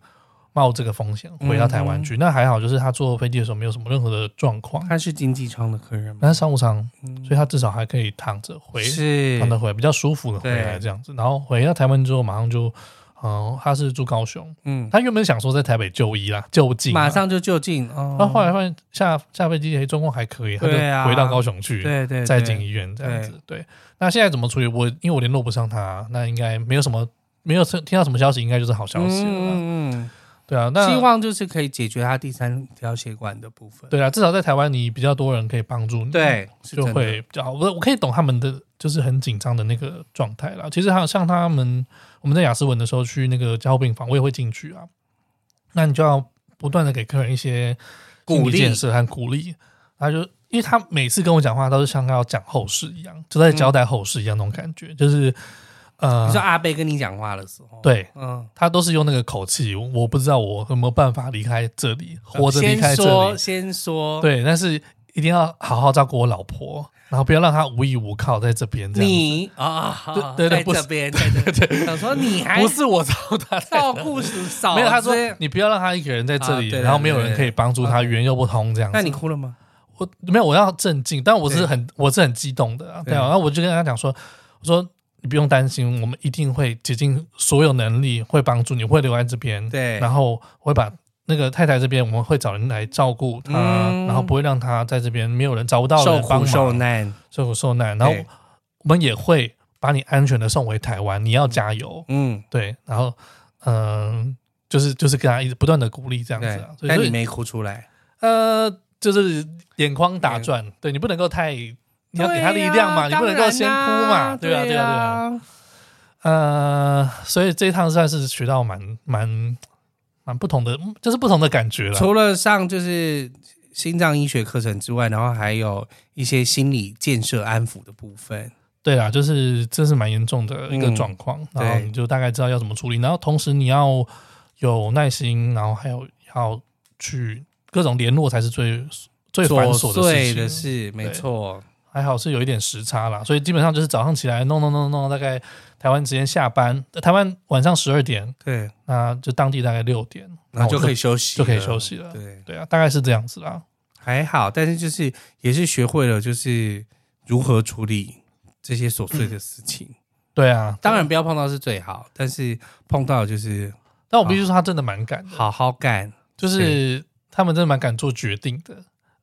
S3: 冒这个风险回到台湾去。那还好，就是他坐飞机的时候没有什么任何的状况，
S2: 他是经济舱的客人吗？嗯
S3: 但是商务舱，所以他至少还可以躺着回，
S2: 是
S3: 躺着回比较舒服的回来
S2: 对
S3: 这样子。然后回到台湾之后，马上就，嗯，他是住高雄，
S2: 嗯，
S3: 他原本想说在台北就医啦，就近啊，
S2: 马上就就近哦。
S3: 然后后来发现下下飞机诶哎状况还可以，他就
S2: 对啊
S3: 回到高雄去，
S2: 对对
S3: 再进
S2: 对
S3: 医院这样子。对，那现在怎么处理？我因为我联络不上他，那应该没有什么没有听到什么消息，应该就是好消息了啦。
S2: 嗯嗯
S3: 对啊，
S2: 嗯，
S3: 那
S2: 希望就是可以解决他第三条血管的部分。
S3: 对啊，至少在台湾你比较多人可以帮助你，，
S2: 对，是
S3: 就
S2: 真的
S3: 会比较好。我我可以懂他们的就是很紧张的那个状态啦。其实还有像他们我们在雅思文的时候去那个加护病房，我也会进去啊。那你就要不断的给客人一些
S2: 鼓
S3: 心理
S2: 励
S3: 建设和鼓励，他就因为他每次跟我讲话都是像要讲后事一样，就在
S2: 嗯
S3: 交代后事一样那种感觉，就是呃
S2: 你，说阿贝跟你讲话的时候，，
S3: 对
S2: 嗯，
S3: 他都是用那个口气，我不知道我有没有办法离开这里，活着离开
S2: 嗯先
S3: 这里
S2: 说，，先说，，
S3: 对，但是一定要好好照顾我老婆，然后不要让她无依无靠在这边这样子。
S2: 你啊，
S3: 对对对
S2: 在
S3: 不是
S2: 这 边，在这边，想说你还
S3: 不是我照顾她，
S2: 照顾嫂，
S3: 没有他说你不要让她一个人在这
S2: 啊
S3: 里，
S2: 对
S3: 然后没有
S2: 对对
S3: 人可以帮助她，
S2: 对
S3: 语言又不通这样子。
S2: 那你哭了吗？
S3: 我没有，我要镇静，但我是
S2: 对
S3: 很我是很激动的、啊，
S2: 对
S3: 对啊，然后我就跟他讲说，我说你不用担心，我们一定会竭尽所有能力，会帮助你，会留在这边，
S2: 对
S3: 然后我会把那个太太这边，我们会找人来照顾她，
S2: 嗯
S3: 然后不会让她在这边没有人找不到
S2: 受
S3: 人帮
S2: 苦
S3: 忙
S2: 受难，
S3: 受苦受难，然后
S2: 对
S3: 我们也会把你安全的送回台湾，你要加油，
S2: 嗯，
S3: 对，然后嗯、就是就是跟他一直不断的鼓励这样子
S2: 对
S3: 啊，，所以
S2: 但
S3: 所
S2: 你
S3: 以
S2: 没哭出来，
S3: 呃，就是眼眶打转，对你不能够太，你要给他力量
S2: 对
S3: 嘛，你
S2: 呀
S3: 不能够先哭嘛，
S2: 当
S3: 对啊，
S2: 然
S3: 对啊，对啊。，呃，所以这一趟算是学到蛮蛮蛮不同的，嗯就是不同的感觉了。
S2: 除了上就是心脏医学课程之外，然后还有一些心理建设安抚的部分。
S3: 对啦，就是这是蛮严重的一个
S2: 嗯
S3: 状况，
S2: 对
S3: 然后你就大概知道要怎么处理，然后同时你要有耐心，然后还有要去各种联络才是最最繁琐
S2: 琐碎
S3: 的事情。
S2: 事，没错，
S3: 还好是有一点时差啦，所以基本上就是早上起来弄弄弄弄，大概台湾时间下班，呃台湾晚上十二点，
S2: 对，
S3: 那就当地大概六点，
S2: 然后就可以
S3: 以
S2: 休息，
S3: 就可以休。息了。
S2: 对，
S3: 对啊，大概是这样子啦。
S2: 还好，但是就是也是学会了就是如何处理这些琐碎的事情。
S3: 对啊，
S2: 当然不要碰到是最好，但是碰到就是
S3: 但我必须说他真的蛮敢的，
S2: 好好干。
S3: 就是他们真的蛮敢做决定的。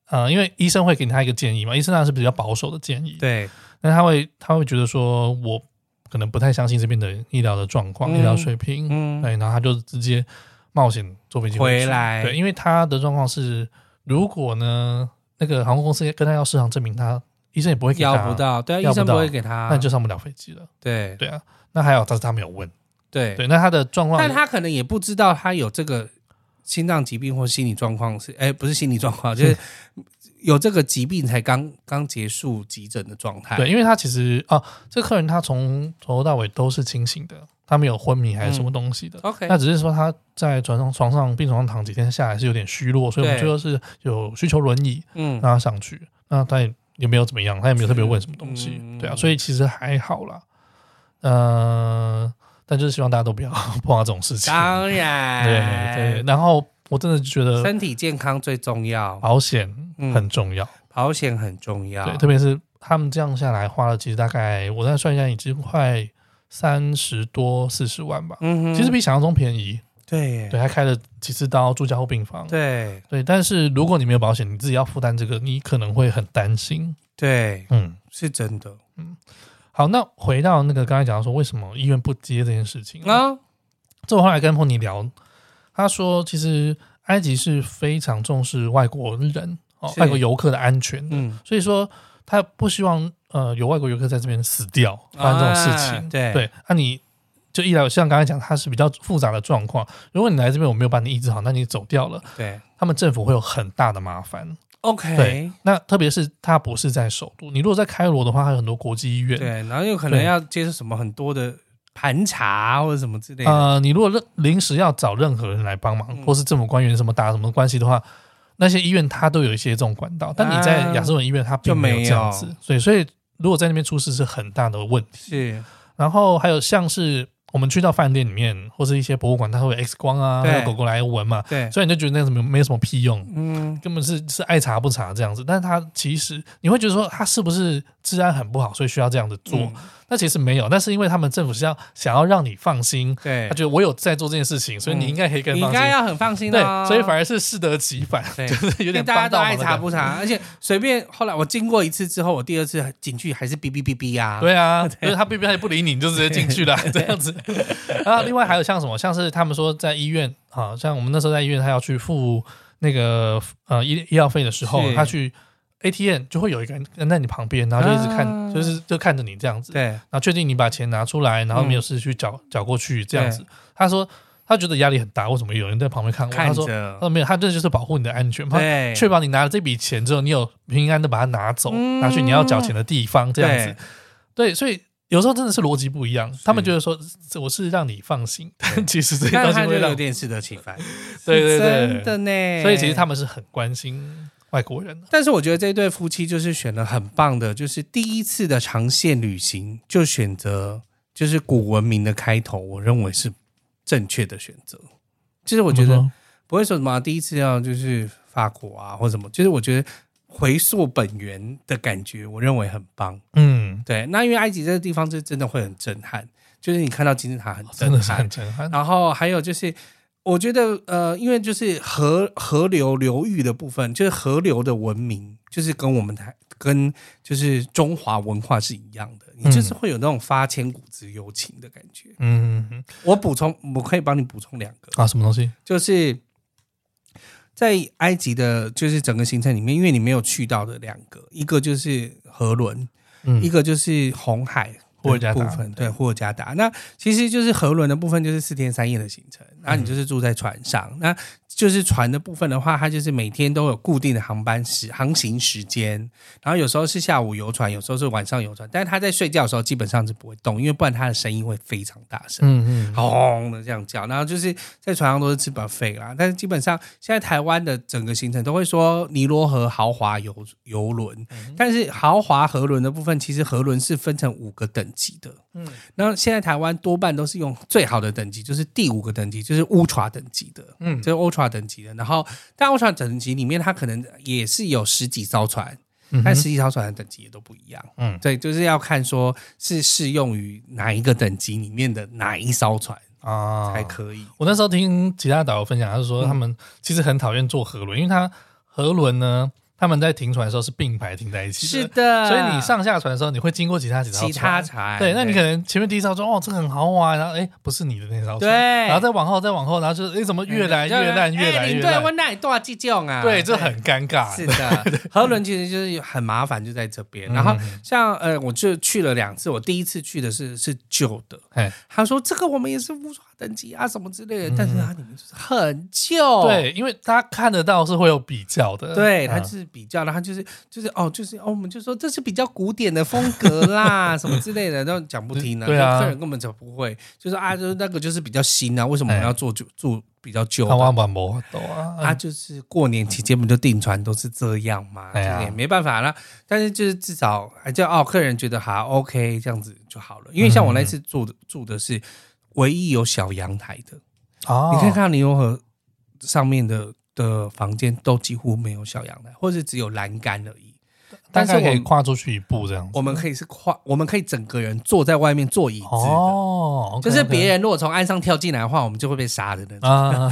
S3: 呃，因为医生会给他一个建议嘛，医生那是比较保守的建议，，
S2: 对，
S3: 但他会他会觉得说，我可能不太相信这边的医疗的状况、
S2: 嗯
S3: 医疗水平，
S2: 嗯，
S3: 对，然后他就直接冒险坐飞机去
S2: 回来
S3: 对，因为他的状况是，如果呢那个航空公司跟他要市场证明他，医生也不会给他，
S2: 要不，到，对啊，
S3: 要
S2: 医
S3: 不到
S2: 生不会给他，
S3: 那你就上不了飞机了。
S2: 对
S3: 对啊，那还好，但是他没有问。
S2: 对
S3: 对，那他的状况，
S2: 但他可能也不知道他有这个心脏疾病或心理状况是，哎、不是心理状况，就是有这个疾病才刚刚结束急诊的状态。
S3: 对，，因为他其实哦，这个客人他从头到尾都是清醒的，他没有昏迷还是
S2: 嗯
S3: 什么东西的。
S2: OK
S3: 那只是说他在床上床上病床上躺几天下来是有点虚弱，所以我们
S2: 对
S3: 最后是有需求轮椅
S2: 嗯，
S3: 让他上去，那他也也没有怎么样，他也没有特别问什么东西，
S2: 嗯
S3: 对啊，所以其实还好啦，呃，但就是希望大家都不要 碰到这种事情，
S2: 当
S3: 对对
S2: 然，，
S3: 然后我真的觉得
S2: 身体健康最重要，嗯
S3: 保险很重要，
S2: 保险很重要。
S3: 对，特别是他们这样下来花了，其实大概我再算一下，已经快三十多四十万吧，
S2: 嗯哼
S3: 其实比想象中便宜，
S2: 对耶
S3: 对，还开了几次刀，住加护病房，
S2: 对
S3: 对，但是如果你没有保险，你自己要负担这个，你可能会很担心，
S2: 对，
S3: 嗯。
S2: 是真的
S3: 好，那回到那个刚才讲到说，为什么医院不接这件事情？那
S2: 啊。
S3: 这我后来跟彭尼聊，他说其实埃及是非常重视外国人、哦、
S2: 是
S3: 外国游客的安全的，
S2: 嗯，
S3: 所以说他不希望呃有外国游客在这边死掉，发生这种事情。
S2: 啊对
S3: 哎对，那、你就医疗像刚才讲，它是比较复杂的状况。如果你来这边我没有把你医治好，那你走掉了，
S2: 对
S3: 他们政府会有很大的麻烦。对
S2: ，OK，，
S3: 那特别是它不是在首都，你如果在开罗的话，还有很多国际医院。
S2: 对，然后有可能
S3: 对
S2: 要接受什么很多的盘查或者什么之类的。
S3: 啊、你如果任临时要找任何人来帮忙，或是政府官员什么打什么关系的话，那些医院它都有一些这种管道，但你在
S2: 啊
S3: 亚斯文医院它并
S2: 就没
S3: 没有这样
S2: 有
S3: 子，所以所以如果在那边出事是很大的问题。
S2: 是，
S3: 然后还有像是我们去到饭店里面或是一些博物馆，它会有 X 光啊，
S2: 对
S3: 还有狗狗来闻嘛，
S2: 对，
S3: 所以你就觉得那个什么没什么屁用，
S2: 嗯，
S3: 根本是是爱查不查这样子。但是它其实你会觉得说它是不是治安很不好，所以需要这样子做？
S2: 嗯
S3: 那其实没有，那是因为他们政府是要想要让你放心，
S2: 对
S3: 他，觉得我有在做这件事情，所以你应该可以更
S2: 你
S3: 放
S2: 应
S3: 心。
S2: 该要很放心的、
S3: 对，所以反
S2: 而
S3: 而是适得其反，
S2: 对
S3: 就是有点
S2: 大家都
S3: 帮倒
S2: 爱
S3: 忙的
S2: 查
S3: 感觉
S2: 不查，而且随便。后来我经过一次之后，我第二次进去还是哔哔哔哔呀。
S3: 对啊，因为他并不他也不理你，你就直接进去了这样子。然后另外还有像什么，像是他们说在医院啊，像我们那时候在医院，他要去付那个呃医医药费的时候，
S2: 是
S3: 他去 ATM 就会有一个人跟在你旁边，然后就一直看，
S2: 啊
S3: 就是就看着你这样子，
S2: 对
S3: 然后确定你把钱拿出来，然后没
S2: 嗯
S3: 有事去缴缴过去这样子。他说他觉得压力很大，为什么有人在旁边看我？
S2: 看
S3: 他说
S2: 着
S3: 他说没有，他这就是保护你的安全，他
S2: 对，
S3: 确保你拿了这笔钱之后，你有平安的把它拿走，
S2: 嗯
S3: 拿去你要缴钱的地方，这样子。对，所以有时候真的是逻辑不一样，他们觉得说这我是让你放心，但 其实这些
S2: 但
S3: 东西
S2: 他就
S3: 会
S2: 有
S3: 让，
S2: 点适得其反。
S3: 对对
S2: 真
S3: 对
S2: 的呢。
S3: 所以其实他们是很关心外国人的。
S2: 但是我觉得这对夫妻就是选了很棒的，就是第一次的长线旅行就选择就是古文明的开头，我认为是正确的选择。就是我觉
S3: 怎
S2: 得
S3: 么
S2: 不会说什么第一次要就是法国啊或什么，就是我觉得回溯本源的感觉，我认为很棒。
S3: 说，嗯，
S2: 对，那因为埃及这个地方是真的会很震撼，就是你看到金字塔很震
S3: 哦真的是
S2: 撼
S3: 很，震撼。
S2: 然后还有就是，我觉得呃，因为就是河河流流域的部分，就是河流的文明，就是跟我们台跟就是中华文化是一样的，你就是会有那种发千古之幽情的感觉。
S3: 嗯
S2: 我补充，我可以帮你补充两个，
S3: 啊，什么东西？
S2: 就是。在埃及的，就是整个行程里面，因为你没有去到的两个，一个就是河伦，
S3: 嗯
S2: 一个就是红海
S3: 霍尔加
S2: 的
S3: 达
S2: 部分，对霍尔加达。那其实就是河轮的部分，就是四天三夜的行程。那
S3: 嗯
S2: 你就是住在船上，那就是船的部分的话，它就是每天都有固定的航班时航行时间，然后有时候是下午游船，有时候是晚上游船。但是它在睡觉的时候基本上是不会动，因为不然它的声音会非常大声。
S3: 嗯嗯，
S2: 轰轰的这样叫，然后就是在船上都是吃 buffet 啦，但是基本上现在台湾的整个行程都会说尼罗河豪华游游轮，但是豪华河轮的部分，其实河轮是分成五个等级的，嗯，那现在台湾多半都是用最好的等级，就是第五个等级，就是 ultra 等级的，嗯，就是 ultra 等级的，然后但 ultra 等级里面它可能也是有十几艘船，但实际艘船的等级也都不一样。
S3: 嗯
S2: 嗯，对，就是要看说是适用于哪一个等级里面的哪一艘船
S3: 啊嗯
S2: 才可以。
S3: 我那时候听其他导游分享，他是说他们其实很讨厌坐河轮，因为他河轮呢，他们在停船的时候是并排停在一起的，
S2: 的
S3: 所以你上下船的时候，你会经过其他几艘
S2: 嗯其他
S3: 船
S2: 船，
S3: 对，那你可能前面第一艘说哦，这个很豪华，然后哎，不是你的那艘船，
S2: 对嗯
S3: 然后再往后，再往后，然后就是哎，怎么越来越烂，越来越
S2: 对，哎我
S3: 烂，
S2: 那里多少几种啊？
S3: 对，这很尴尬，
S2: 是的， 河轮其实就是很麻烦，就在这边。
S3: 嗯
S2: 然后像呃，我就去了两次，我第一次去的是是旧的，
S3: 哎，
S2: 他说这个我们也是乌刷等级啊什么之类的，但是它里面就是很旧，
S3: 嗯对，因为他看得到是会有比较的，
S2: 对，他
S3: 嗯
S2: 就是比较，然后就是就是哦，就是哦，我们就说这是比较古典的风格啦，什么之类的，都讲不听了。
S3: 对啊
S2: 就客人根本就不会，就说啊，就是那个就是比较新啊，为什么我
S3: 哎
S2: 们要做就做比较旧
S3: 他
S2: 的？
S3: 万万没法懂啊，
S2: 啊，就是过年期间不就订船都是这样嘛，
S3: 哎呀
S2: 就是也没办法啦。但是就是至少还叫哦，客人觉得好 OK 这样子就好了。因为像我
S3: 嗯
S2: 那次住的住的是唯一有小阳台的，
S3: 哦
S2: 你可以看到尼罗河上面的的房间都几乎没有小阳台，或者只有栏杆而已。
S3: 大
S2: 但是
S3: 概
S2: 我
S3: 可以
S2: 们
S3: 跨出去一步这样子，
S2: 我们可以是跨，我们可以整个人坐在外面坐椅子的，
S3: 哦，
S2: 就是别
S3: 人
S2: 人如果从岸上跳进来的话，我们就会被杀的那种。
S3: 啊，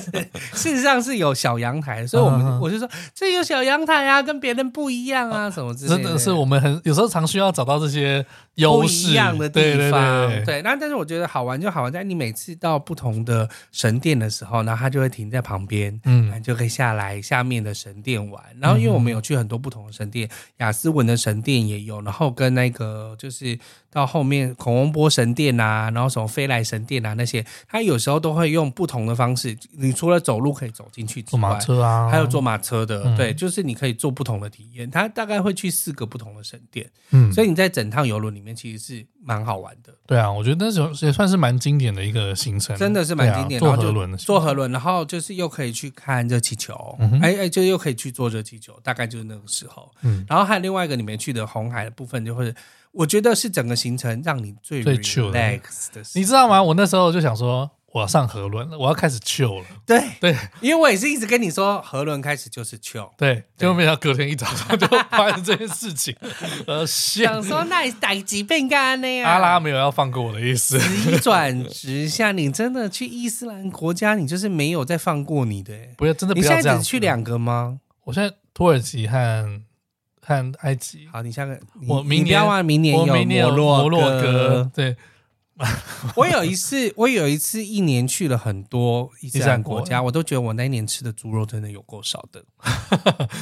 S2: 事实上是有小阳 台，所以我们、
S3: 嗯嗯嗯
S2: 我就说这有小阳台啊，跟别人不一样啊，什么之类
S3: 真的是我们很有时候常需要找到这些
S2: 不
S3: 优势
S2: 一样的地方。
S3: 对对对，
S2: 那但是我觉得好玩就好玩在你每次到不同的神殿的时候，然后它就会停在旁边，
S3: 嗯
S2: 嗯，你就可以下来下面的神殿玩。然后因为我们有去很多不同的神殿，雅斯文的神殿也有，然后跟那个就是到后面孔翁波神殿啊，然后什么飞来神殿啊那些，他有时候都会用不同的方式。你除了走路可以走进去之
S3: 坐马
S2: 外，
S3: 车啊，
S2: 还有坐马车的，
S3: 嗯
S2: 对，就是你可以做不同的体验。他大概会去四个不同的神殿，
S3: 嗯，
S2: 所以你在整趟游轮里面其实是蛮好玩的。
S3: 对啊，我觉得那时候也算是蛮经典的一个行程，
S2: 真的是蛮经典
S3: 对啊
S2: 然后
S3: 坐
S2: 就
S3: 河轮的，
S2: 坐河，轮，然后就是又可以去看热气球，
S3: 嗯哼
S2: 哎哎，就又可以去做热气球，大概就是那个时候。
S3: 嗯，
S2: 然后还有另外一个你们去的红海的部分，就会我觉得是整个行程让你最
S3: 最 chill 的
S2: relax 的时候，
S3: 你知道吗？我那时候就想说，我要上河轮了，我要开始 chill 了，
S2: 对
S3: 对，
S2: 因为我也是一直跟你说，河轮开始就是 chill。
S3: 对，结果没想到隔天一早上就发生这件 事情，呃，现
S2: 想说那逮几遍干那样，
S3: 阿拉没有要放过我的意思，
S2: 直转直下，你真的去伊斯兰国家，你就是没有再放过你的、欸。
S3: 不要真的
S2: 你
S3: 不
S2: 现
S3: 要这
S2: 在
S3: 样
S2: 只
S3: 子
S2: 去，两个吗？
S3: 我现在土耳其和和埃及，
S2: 好，你下个你
S3: 我明
S2: 你不要
S3: 年
S2: 忘了明年
S3: 我
S2: 有
S3: 明年有
S2: 洛
S3: 摩洛哥，对，
S2: 我有一次，我有一次一年去了很多伊斯兰国家，我都觉得我那一年吃的猪肉真的有够少的，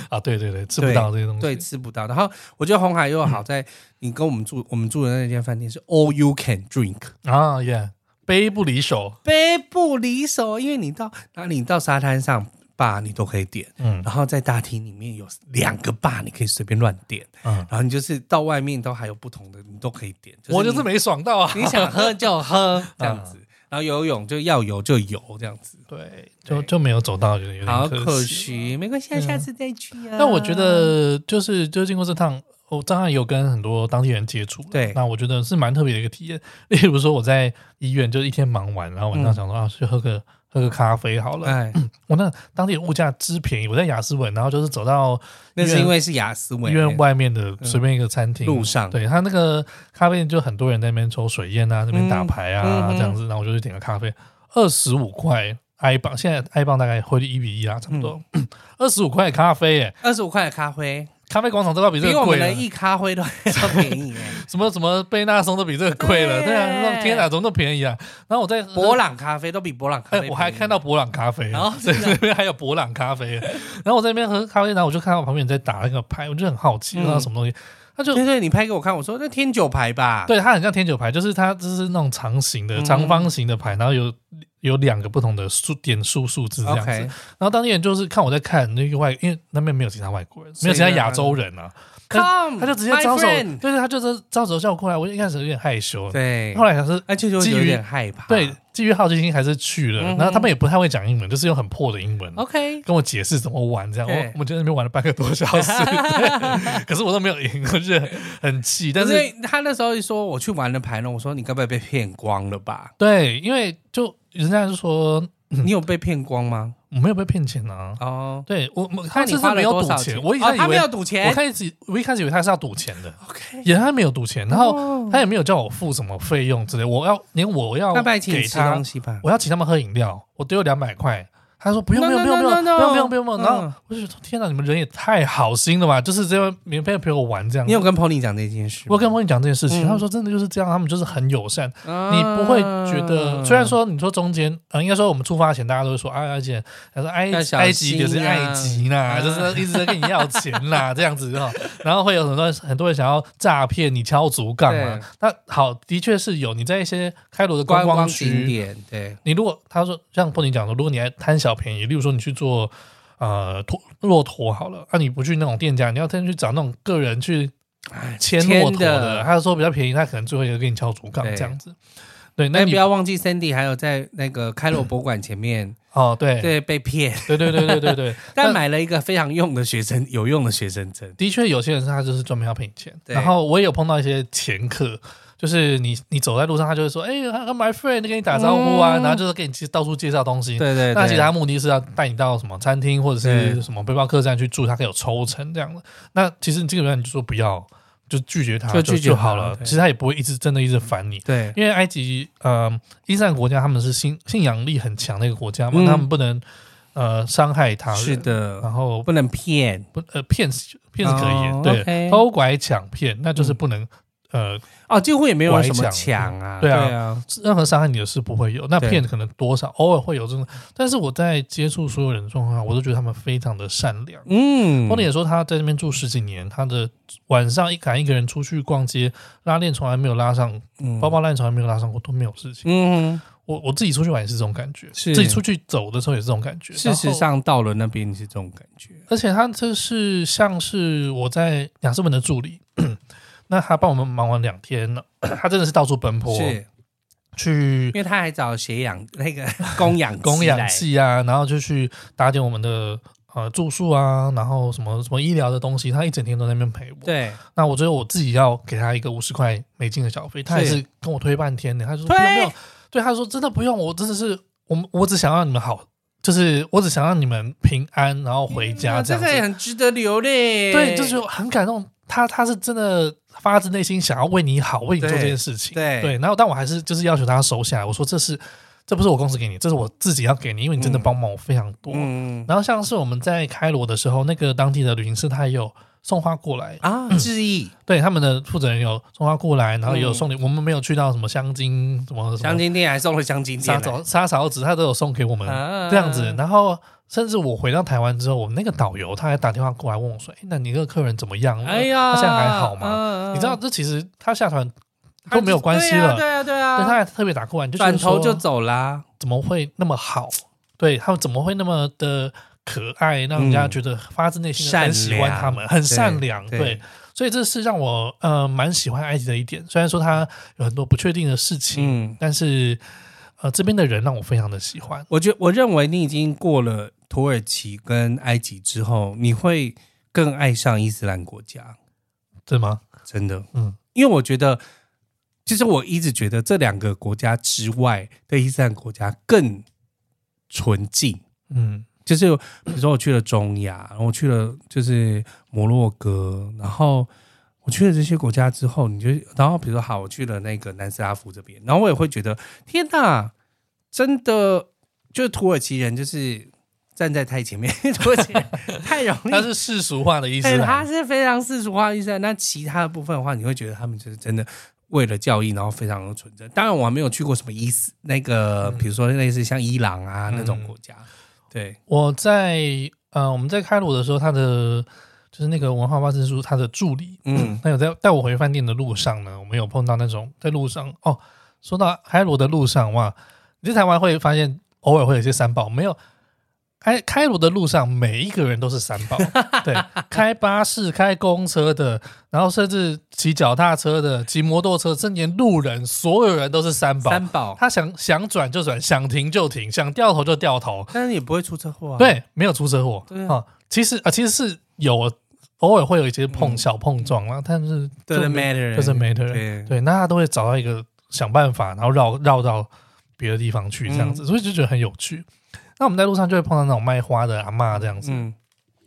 S3: 啊，对对对，吃
S2: 对
S3: 不到这些东西，
S2: 对，吃不到。然后我觉得红海又好 在，你跟我们住我们住的那间饭店是 all you can drink，
S3: 啊耶，杯不离手，
S2: 杯不离手，因为你到哪里你到沙滩上吧，你都可以点。
S3: 嗯
S2: 然后在大厅里面有两个吧，你可以随便乱点，
S3: 嗯，
S2: 然后你就是到外面都还有不同的，你都可以点。
S3: 我就是
S2: 你
S3: 没爽到啊，
S2: 你想喝就喝这
S3: 嗯
S2: 样子，然后游泳就要游就游这样子。
S3: 对，就就没有走到，觉得有
S2: 好
S3: 点
S2: 可。惜，没关系，啊，
S3: 对啊
S2: 下次再去啊。
S3: 但我觉得就是就是经过这趟，我当然有跟很多当地人接触，
S2: 对
S3: 那我觉得是蛮特别的一个体验。 例如说我在医院就一天忙完，然后晚上想说、
S2: 嗯
S3: 啊去喝个喝个咖啡好了，
S2: 哎，
S3: 我那当地的物价之便宜，我在雅斯文，然后就是走到
S2: 那是因为是雅思
S3: 医
S2: 文，
S3: 院外面的随便一个餐厅、
S2: 嗯路上
S3: 对他那个咖啡店就很多人在那边抽水烟啊，那边打牌啊、
S2: 嗯嗯
S3: 这样子，然后我就去点个咖啡，二十五块埃镑，现在埃镑大概汇率一比一啊，差不多，
S2: 嗯
S3: 二十五块的咖啡、欸，
S2: 二十五块的咖啡，
S3: 咖啡广场都要比这
S2: 比
S3: 个
S2: 我
S3: 贵
S2: 们的
S3: 了，
S2: 一咖啡都 还要便宜耶。
S3: 什么什么贝纳松都比这个贵了，
S2: 对
S3: 对啊，那种天哪，怎么那么便宜啊？然后我在
S2: 博。朗咖啡都比博朗咖啡
S3: 哎、
S2: 便宜，哦
S3: 我还看到博朗咖啡，
S2: 然后
S3: 对那边还有博朗咖啡，然后我在那边喝咖啡，然后我就看到旁边人在打那个牌，我就很好奇，
S2: 嗯
S3: 不知道什么东西，他就
S2: 对对，你拍给我看，我说那天九牌吧，，
S3: 对，它很像天九牌，就是它就是那种长形的、
S2: 嗯
S3: 长方形的牌，然后有有两个不同的数点数数字这样子。
S2: OK
S3: 然后当地人就是看我在看那个外，因为那边没有其他外国人，没有其他亚洲人啊，
S2: ，Come，
S3: 他就直接
S2: 嗯 my
S3: 招手，对
S2: friend
S3: 对，他就是招手叫我过来。我一开始有点害羞，
S2: 对，
S3: 后来想是
S2: 哎，就就
S3: 基于
S2: 有点害怕，
S3: 对，基于好奇心还是去了。
S2: 嗯哼
S3: 然后他们也不太会讲英文，就是用很破的英文。
S2: ，OK，
S3: 跟我解释怎么玩，这样我
S2: 对
S3: 我们就在那边玩了半个多小 时，对可是我都没有赢，我觉得很气。但
S2: 但
S3: 是
S2: 是他那时候一说我去玩了牌呢，我说你该不会被骗光了吧？
S3: 对，因为就人家就说
S2: 你有被骗光吗？
S3: 我没有被骗钱啊。
S2: 哦，
S3: 对我，我
S2: 那
S3: 他
S2: 你
S3: 这
S2: 花了
S3: 次没有
S2: 多
S3: 赌
S2: 少
S3: 钱，
S2: 钱？
S3: 我一
S2: 哦
S3: 开始以
S2: 他没
S3: 为，
S2: 有赌
S3: 我
S2: 钱
S3: 开始我一开始以为他是要赌钱的，
S2: ，OK，
S3: 也他没有赌钱，然后
S2: 哦
S3: 他也没有叫我付什么费用之类，我要连我要
S2: 那拜请你
S3: 给
S2: 吃
S3: 他
S2: 东，西吧。
S3: 我要请他们喝饮料，我丢了两百块。他说不用不
S2: No,
S3: 用不用不
S2: no,
S3: 用
S2: no,
S3: 不
S2: no, no
S3: 用不用不用不用，然
S2: 嗯
S3: 后我就说天哪，你们人也太好心了吧，就是这样免费陪我玩这样
S2: 你。有跟 Pony 讲这件事吗？
S3: 我跟朋友讲这件事情，
S2: 嗯
S3: 他们说真的就是这样，他们就是很友善，
S2: 啊
S3: 你不会觉得，虽然，说你说中间，呃，应该说我们出发前大家都会说，啊，而且他说埃
S2: 要
S3: 及
S2: 小
S3: 埃及就是
S2: 心啊
S3: 埃及啦，
S2: 啊
S3: 就是一直在跟你要钱啦， 这样子哈，然后会有很多很多人想要诈骗你敲竹杠嘛
S2: 对。
S3: 那好，的确是有，你在一些开罗的观
S2: 观光景
S3: 区，
S2: 点，对，
S3: 你如果他说像波尼讲说，如果你还贪小便宜，例如说你去做呃骆骆驼好了，啊，你不去那种店家，你要先去找那种个人去牵
S2: 哎牵
S3: 骆驼的，
S2: 的
S3: 他说比较便宜，他可能最后也会给你敲竹杠
S2: 对
S3: 这样子。对，那
S2: 那哎
S3: 你
S2: 不要忘记 Sandy 还有在那个开罗博物馆前面，
S3: 哦，对，
S2: 对，被 骗，
S3: 对对对对对对，
S2: 但买了一个非常用的学生有用的学生证，
S3: 的确有些人是他就是专门要骗你钱，
S2: 对
S3: 然后我也有碰到一些前客。就是你，你走在路上，他就会说：“哎、h m y friend，跟你打招呼啊。
S2: 嗯
S3: 然后就是给你介到处介绍东西。
S2: 对对
S3: 那其实他
S2: 对，
S3: 目的是要带你到什么餐厅或者是
S2: 对
S3: 什么背包客栈去住，他可以有抽成这样的。那其实你基本上你就说不要，就拒绝他
S2: 就
S3: 就
S2: 拒绝
S3: 就
S2: 他
S3: 好了。
S2: 对
S3: 其实他也不会一直真的一直烦你，
S2: 对，
S3: 因为埃及呃伊斯兰国家他们是信信仰力很强的一个国家嘛，
S2: 嗯
S3: 他们不能呃伤害他人。
S2: 是，的，
S3: 然后
S2: 不能骗，
S3: 不呃骗是骗是可以，
S2: 哦
S3: 对，
S2: OK 嗯
S3: 偷拐抢骗那就是不能呃
S2: 哦，几乎也没有什么
S3: 拐
S2: 抢
S3: 抢
S2: 啊，
S3: 对啊
S2: 啊，
S3: 任何伤害你的事不会有，那
S2: 对
S3: 骗可能多少偶尔会有这种，但是我在接触所有人的状况下，我都觉得他们非常的善良。
S2: 嗯，
S3: 光点也说他在那边住十几年，他的晚上一敢一个人出去逛街，拉链从来没有拉上，
S2: 嗯
S3: 包包拉链从来没有拉上过，都没有事情。
S2: 嗯，
S3: 我我自己出去玩也是这种感觉，
S2: 是
S3: 自己出去走的时候也是这种感觉。
S2: 事实
S3: 然后
S2: 上到了那边是这种感觉，
S3: 而且他这是像是我在雅诗文的助理， 那他帮我们忙完两天了，他真的是到处奔波，
S2: 是
S3: 去
S2: 因为他还找血氧那个 供氧
S3: 供氧
S2: 来，
S3: 气啊，然后就去搭建我们的呃住宿啊，然后什么什么医疗的东西，他一整天都在那边陪我。
S2: 对，
S3: 那我最后我自己要给他一个五十块美金的小费，他还是跟我推半天的，他就说
S2: 推
S3: 不用不用，对，他说真的不用，我真的是我我只想让你们好，就是我只想让你们平安，然后回家
S2: 啊这
S3: 这样
S2: 个也
S3: 子，
S2: 很值得流泪，
S3: 对，就是很感动。他他是真的发自内心想要为你好，为你做这件事情，
S2: 对对
S3: 对。然后但我还是就是要求他收下来，我说这是这不是我公司给你，这是我自己要给你，因为你真的帮忙我非常多。
S2: 嗯
S3: 然后像是我们在开罗的时候，那个当地的旅行社他也有送花过来，
S2: 啊，致意
S3: 对，他们的负责人有送花过来，然后也有送礼，我们没有去到什么香精什么什么
S2: 嗯香精店还送了香精
S3: 沙
S2: 店
S3: 枣沙勺子，他都有送给我们、
S2: 啊
S3: 这样子。然后甚至我回到台湾之后，我们那个导游他还打电话过来问我说：“哎，那你那个客人怎么样？
S2: 哎呀，
S3: 他现在还好吗？”
S2: 嗯
S3: 你知道，，这其实他下船都没有关系了，
S2: 对啊，对啊，
S3: 对
S2: 对
S3: 他
S2: 啊
S3: 还特别打过来，你就觉得
S2: 转头就
S3: 说
S2: 走啦，
S3: 怎么会那么好？对他们怎么会那么的可爱，让人家觉得发自内心的
S2: 嗯善
S3: 很喜欢他们，
S2: 良
S3: 很善良。
S2: 对
S3: 对，
S2: 对
S3: 所以这是让我呃蛮喜欢埃及的一点。虽然说它有很多不确定的事情，
S2: 嗯。
S3: 但是呃这边的人让我非常的喜欢。
S2: 我觉我认为你已经过了土耳其跟埃及之后，你会更爱上伊斯兰国家，
S3: 对吗？
S2: 真的。
S3: 嗯，
S2: 因为我觉得，其实我一直觉得这两个国家之外的伊斯兰国家更纯净。
S3: 嗯，
S2: 就是比如说我去了中亚，然后我去了就是摩洛哥，然后我去了这些国家之后，你就然后比如说好，我去了那个南斯拉夫这边，然后我也会觉得天哪，真的就是土耳其人就是站在太前面， 土耳其人太容 易
S3: 它是世俗化的意
S2: 嗯
S3: 思
S2: 对，
S3: 啦
S2: 他。是非常世俗化的伊斯兰。那其他的部分的话，你会觉得他们就是真的为了教义，然后非常的纯真。当然，我还没有去过什么伊斯那个，
S3: 嗯
S2: 比如说类似像伊朗啊、那种国家。对，
S3: 我在呃我们在开罗的时候，他的就是那个文化巴士叔他的助理，
S2: 嗯，
S3: 那有在带我回饭店的路上呢，我们有碰到那种在路上哦，说到开罗的路上哇，你在台湾会发现偶尔会有一些三宝，没有开开罗的路上每一个人都是三宝，对，开巴士、开公车的，然后甚至骑脚踏车的、骑摩托车，甚至连路人，所有人都是三宝。
S2: 三宝，
S3: 他想想转就转，想停就停，想掉头就掉头，
S2: 但是也不会出车祸啊。，
S3: 对，没有出车祸。
S2: 对啊
S3: 啊，其实啊，其实是有偶尔会有一些
S2: 嗯
S3: 碰小碰撞啦，但是就
S2: doesn't
S3: 没
S2: matter，
S3: 就是没的人。
S2: 对，
S3: 对，那他都会找到一个想办法，然后绕绕到别的地方去这样
S2: 嗯
S3: 子，所以就觉得很有趣。那我们在路上就会碰到那种卖花的阿嬷这样子，
S2: 嗯，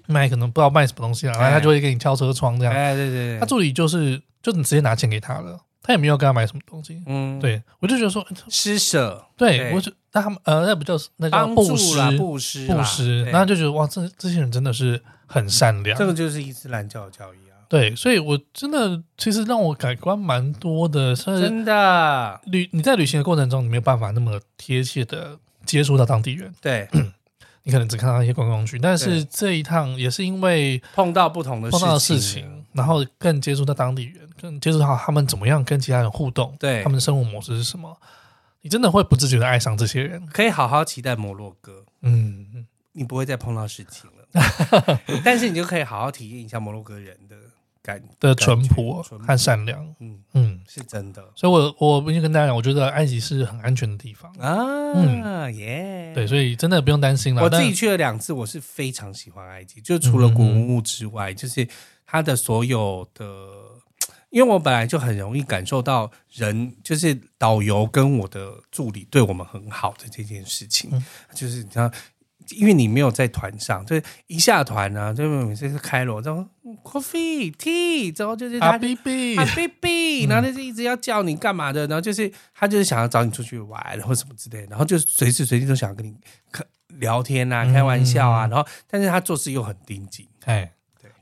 S3: 卖可能不知道卖什么东西啊，然后
S2: 哎
S3: 他就会给你敲车窗这样。
S2: 哎，对对
S3: 他
S2: 对，
S3: 助理就是就你直接拿钱给他了，他也没有跟他买什么东西。
S2: 嗯，，
S3: 对，我就觉得说，哎
S2: 施舍对
S3: 对我就那他们呃，那不叫那叫
S2: 帮
S3: 布
S2: 助
S3: 施
S2: 啦，布施啦，
S3: 布施，
S2: 对
S3: 然后就觉得哇，这这些人真的是很善良。
S2: 这个就是伊斯兰教的教义啊，
S3: 对，所以我真的其实让我改观蛮多的，甚至
S2: 真的，啊
S3: 旅你在旅行的过程中，你没有办法那么贴切的接触到当地人，
S2: 对，
S3: 你可能只看到一些观光区，但是这一趟也是因为
S2: 碰到不同的
S3: 碰到的
S2: 事
S3: 事情，然后更接触到当地人，更接触到他们怎么样跟其他人互动，
S2: 对
S3: 他们的生活模式是什么，你真的会不自觉的爱上这些人。
S2: 可以好好期待摩洛哥。
S3: 嗯，
S2: 你不会再碰到事情了， 但是你就可以好好体验一下摩洛哥人的感，
S3: 的淳朴
S2: 淳朴
S3: 和善良，
S2: 嗯，
S3: 嗯。
S2: 是真的
S3: 所以我，我已经跟大家讲，我觉得埃及是很安全的地方，
S2: 啊，
S3: 嗯
S2: 耶、
S3: 对，所以真的不用担心了。
S2: 我自
S3: 但嗯
S2: 己去了两次，我是非常喜欢埃及，就除了古文物之外，就是它的所有的，因为我本来就很容易感受到人，就是导游跟我的助理对我们很好的这件事情，啊
S3: 嗯
S2: 就是你知道。因为你没有在团上，就是一下团啊，就是每次是开罗，然后嗯 coffee tea，之后就是他
S3: 阿 B B，
S2: 啊，baby，然后
S3: 嗯
S2: 他就一直要叫你干嘛的，然后就是他就是想要找你出去玩，然后什么之类的，然后就随时随地都想要跟你
S3: 嗯
S2: 看聊天啊、开玩笑啊，然后但是他做事又很盯紧，
S3: 哎，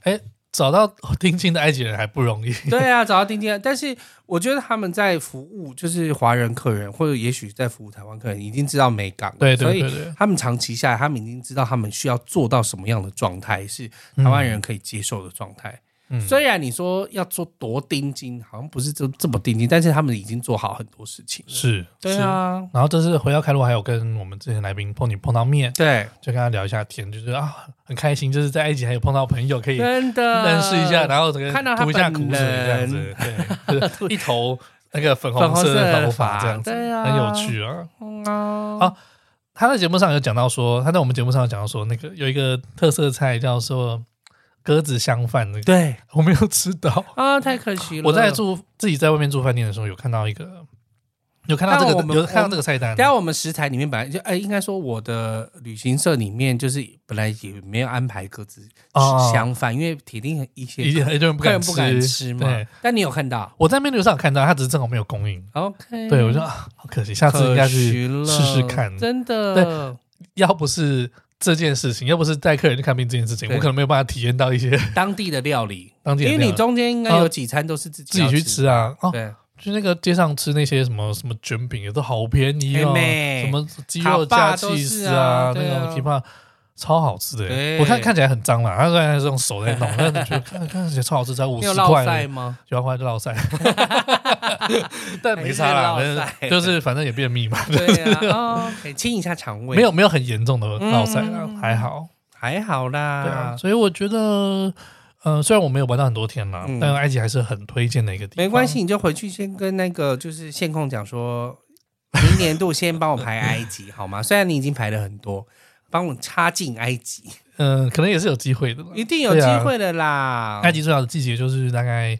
S3: 哎，找到丁进的埃及人还不容易。
S2: 对啊，找到定金。但是我觉得他们在服务，就是华人客人，或者也许在服务台湾客人，已经知道美港了，
S3: 对对对
S2: 所以嗯
S3: 对
S2: 他们长期下来，他们已经知道他们需要做到什么样的状态是台湾人可以接受的状态。
S3: 嗯
S2: 虽然你说要做多钉金，好像不是这这么钉金，但是他们已经做好很多事情了。
S3: 是，
S2: 对啊
S3: 是。，然后这次回到开路，还有跟我们之前来宾碰你碰到面，
S2: 对，
S3: 就跟他聊一下天，就是啊，很开心，就是在埃及还有碰到朋友可以
S2: 真的
S3: 认识一下，然后这个
S2: 啊看到他嗯
S3: 涂一下
S2: 本
S3: 苦水这样子，对，就是 一头那个粉
S2: 粉
S3: 红
S2: 红色
S3: 色的
S2: 的
S3: 头发这样子，
S2: 发对啊
S3: 很有趣啊。
S2: 嗯啊
S3: 好他在节目上有讲到说，他在我们节目上有讲到说，那个有一个特色菜叫做鸽子香饭，那个
S2: 对
S3: 我没有吃 到。
S2: 啊，太可惜了。
S3: 我在住自己在外面住饭店的时候，有看到一个，有看到
S2: 但
S3: 这
S2: 我
S3: 个
S2: 们
S3: 有看到这个菜单，
S2: 等一下我们食材里面本来就，哎、应该说我的旅行社里面就是本来也没有安排各自
S3: 哦
S2: 相反，因为铁定一些
S3: 一定很多人不敢
S2: 人不敢吃嘛
S3: 对，。
S2: 但你有看到
S3: 我在面流上有看到，他只是正好没有供应。
S2: ？OK，
S3: 对，我说啊，好可惜，下次应该去
S2: 可惜
S3: 试试
S2: 了
S3: 看。
S2: 真的
S3: 要不是这件事情，要不是带客人去看病这件事情，
S2: 对
S3: 我可能没有办法体验到 一些
S2: 当地的料理，
S3: 当地
S2: 因
S3: 的
S2: 为
S3: 料理。
S2: 你中间应该有几餐都是自己
S3: 自
S2: 要
S3: 己去吃。啊，哦，
S2: 对，
S3: 去那个街上吃那些什么什么卷饼也都好便宜哦，
S2: 哎妹
S3: 什么鸡肉加
S2: 塔巴都
S3: 气
S2: 是
S3: 丝
S2: 啊
S3: 啊，
S2: 对啊
S3: 那种蹄膀超好吃的耶。
S2: 对
S3: 我看看起来很脏啦，他虽然是用手在弄， 但是觉得看看起来超好吃，才五
S2: 你有
S3: 十
S2: 烙赛
S3: 块，
S2: 吗？
S3: 九块就 落塞，但没差啦，
S2: 还
S3: 反
S2: 是落塞
S3: 正就是反正也便秘嘛，
S2: 对啊，哦，可以清一下肠胃。
S3: 没有没有很严重的落塞啦
S2: 嗯，
S3: 还好。
S2: 还好
S3: 对啊，
S2: 啦，
S3: 所以我觉得，呃，虽然我没有玩到很多天啦，
S2: 嗯
S3: 但埃及还是很推荐的一个地方。
S2: 没关系，，你就回去先跟那个就是线控讲说，明年度先帮我排埃及好吗？虽 然你已经排了很多，帮我插进埃及，
S3: 嗯、可能也是有机会的啦。
S2: 一定有机会的啦。
S3: 埃及最好的季节就是大概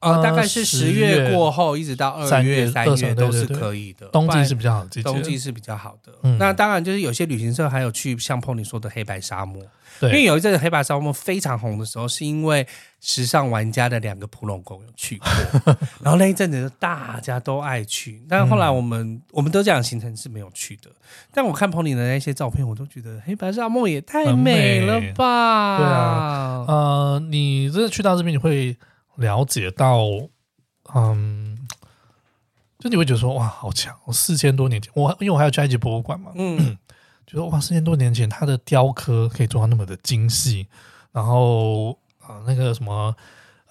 S2: 哦，
S3: 呃
S2: 大概是十
S3: 10
S2: 月
S3: 月
S2: 过后一直到二月、
S3: 3
S2: 三
S3: 月
S2: 月
S3: 对
S2: 都
S3: 对
S2: 是
S3: 对
S2: 可以的，
S3: 冬
S2: 不然
S3: 季是比较好的季节，
S2: 冬季是比较好的。
S3: 嗯
S2: 那当然就是有些旅行社还有去像碰你说的黑白沙漠，因为
S3: 对，
S2: 有一阵子黑白沙漠非常红的时候，是因为时尚玩家的两个普龙宫有 去过，然后那一阵子大家都爱去。但后
S3: 嗯
S2: 来我们、我们都讲行程是没有去的，但我看彭里的那些照片，我都觉得黑白沙漠也太
S3: 很
S2: 美
S3: 美
S2: 了吧？
S3: 对啊，呃，你真的去到这边，你会了解到，嗯，就你会觉得说，哇，好强！四千多年前，我因为我还要去埃及博物馆嘛，
S2: 嗯，
S3: 觉得哇，四千多年前它的雕刻可以做到那么的精细，然后啊、那个什么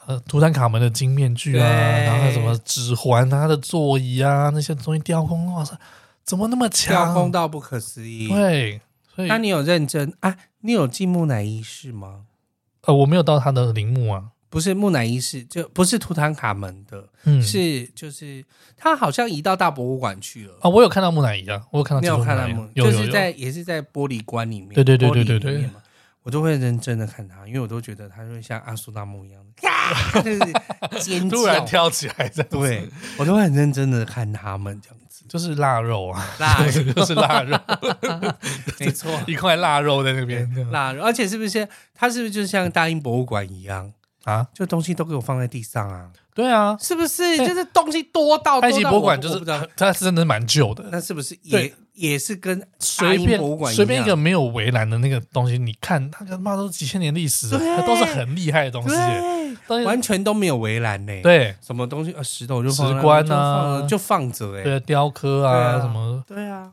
S3: 呃图坦卡门的金面具啊，
S2: 对
S3: 然后还有什么指环啊、它的座椅啊那些东西雕工，哇塞，怎么那么强？
S2: 雕工到不可思议。
S3: 对，啊所以
S2: 那你有认真啊？你有进木乃伊室吗？
S3: 呃我没有到它的陵墓啊，
S2: 不是木乃伊室，就不是图坦卡门的，
S3: 嗯
S2: 是就是他好像移到大博物馆去了。
S3: 啊、我有看到木乃伊啊，我有看到
S2: 你
S3: 这
S2: 有
S3: 座
S2: 看到
S3: 乃伊
S2: 吗？
S3: 有
S2: 就
S3: 有
S2: 是
S3: 有
S2: 在也是在玻璃棺里面，
S3: 对对对
S2: 玻璃
S3: 对对
S2: 里面嘛，我都会认真的看它，因为我都觉得它就会像阿苏纳姆一样， 啊就是尖叫，
S3: 突然跳起来这样子，
S2: 对我都会很认真的看他们这样 子，
S3: 就是腊肉啊，
S2: 腊肉
S3: 就是腊 肉，
S2: 没 错，
S3: 一块腊肉在那边这样
S2: 腊肉，而且是不是它是不是就像大英博物馆一样，
S3: 啊，
S2: 就东西都给我放在地上啊，
S3: 对啊，
S2: 是不是？就是东西多到
S3: 埃及博物馆就
S2: 多
S3: 是
S2: 到我我不知道
S3: 它是真的蛮旧的，
S2: 那是不是也
S3: 对
S2: 也是跟大
S3: 随
S2: 英
S3: 便
S2: 博物馆
S3: 随便一
S2: 样
S3: 个没有围栏的那个东西，你看它他妈都是几千年历史了，
S2: 对
S3: 它都是很厉害的东西耶。
S2: 对，
S3: 东西
S2: 啊完全都没有围栏呢，
S3: 对
S2: 什么东西呃石头就放在那
S3: 石棺啊
S2: 就放着就放着哎、
S3: 对，雕刻啊
S2: 对啊
S3: 什么
S2: 对啊，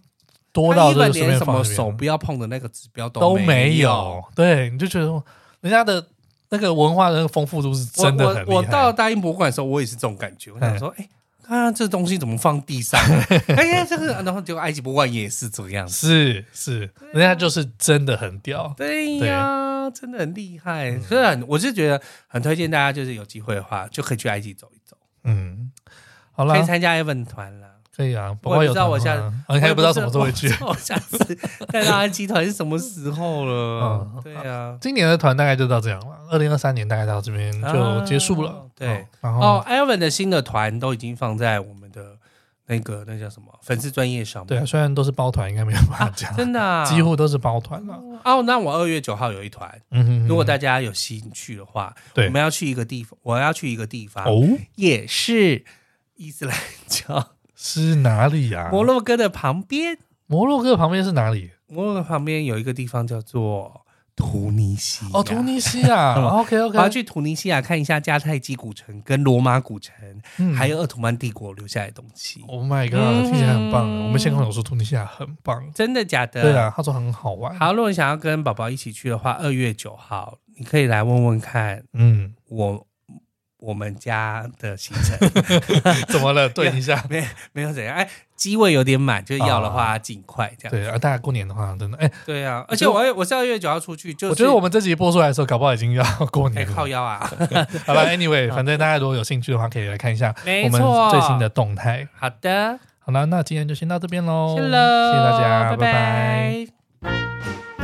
S3: 多
S2: 他
S3: 到就是
S2: 本
S3: 随
S2: 连
S3: 便
S2: 什
S3: 放
S2: 么
S3: 随便
S2: 手不要碰的那个指标
S3: 都
S2: 没
S3: 没有。对，你就觉得说人家的那个文化的那个丰富度是
S2: 我
S3: 真的很
S2: 我我
S3: 厉
S2: 到
S3: 害。嗯
S2: 大英博物馆的时候，我也是这种感觉，我想说，哎、啊，这东西怎么放地上？ 哎呀，这个，然后结果埃及博物馆也是这样子。
S3: 是是，
S2: 啊
S3: 人家就是真的很屌。
S2: 对呀、真的很厉害，
S3: 嗯
S2: 所以很，我是觉得很推荐大家，就是有机会的话，就可以去埃及走一走，
S3: 嗯，好
S2: 可以
S3: 啦，
S2: 参加 Evan 团啦。
S3: 可以啊，包
S2: 我
S3: 括
S2: 也
S3: 有
S2: 不知道我
S3: 团
S2: 下
S3: 啊，啊你还不知道什么时候会去。
S2: 我下次 带到安集团是什么时候了？
S3: 嗯
S2: 对啊，
S3: 今年的团大概就到这样了，二零二三年大概到这边就结束了。
S2: 啊对，
S3: 然后
S2: 哦，Evan 的新的团都已经放在我们的那个那叫什么粉丝专业上面。
S3: 对啊，虽然都是包团，应该没有办法讲，
S2: 真的嗯啊
S3: 几乎都是包团了。
S2: 哦，那我二月九号有一团，
S3: 嗯哼
S2: 如果大家有兴趣的话，
S3: 对
S2: 我们要去一个地方，我要去一个地方，
S3: 哦
S2: 也是伊斯兰教
S3: 啊是哪里啊呀、
S2: 摩洛哥的旁边，
S3: 摩洛哥旁边是哪里？啊
S2: 摩洛哥旁边有一个地方叫做突尼西亚
S3: 哦，突尼西 亚，OK
S2: 我要
S3: OK，
S2: 去突尼西亚看一下迦太基古城、跟罗马古城，还有鄂嗯图曼帝国留下来的东西。
S3: 嗯 Oh my god，听起来很棒。啊我们先跟我说突尼西亚很棒，
S2: 真的假的？
S3: 对啊，他说很好 玩。
S2: 好，如果你想要跟宝宝一起去的话，二月九号你可以来问问看
S3: 嗯，
S2: 我我们家的行程，
S3: 怎么了？对一 下，
S2: 没没有怎样，哎，机位有点满，就是要的话尽快这样。
S3: 对啊，大家过年的话，真的，哎，
S2: 对啊，而且我我是二月九号出去，就是
S3: 我觉得我们这集播出来的时候，搞不好已经要过
S2: 哎
S3: 年
S2: 靠
S3: 了。
S2: 腰啊，
S3: 好了，Anyway，反正大家如果有兴趣的话，可以来看一下
S2: 没
S3: 我们
S2: 错，
S3: 最新的。动态。
S2: 好的，
S3: 好了，那今天就先到这边喽，
S2: 哦谢
S3: 谢谢
S2: 喽，
S3: 大家，
S2: 拜
S3: 拜拜。
S2: 拜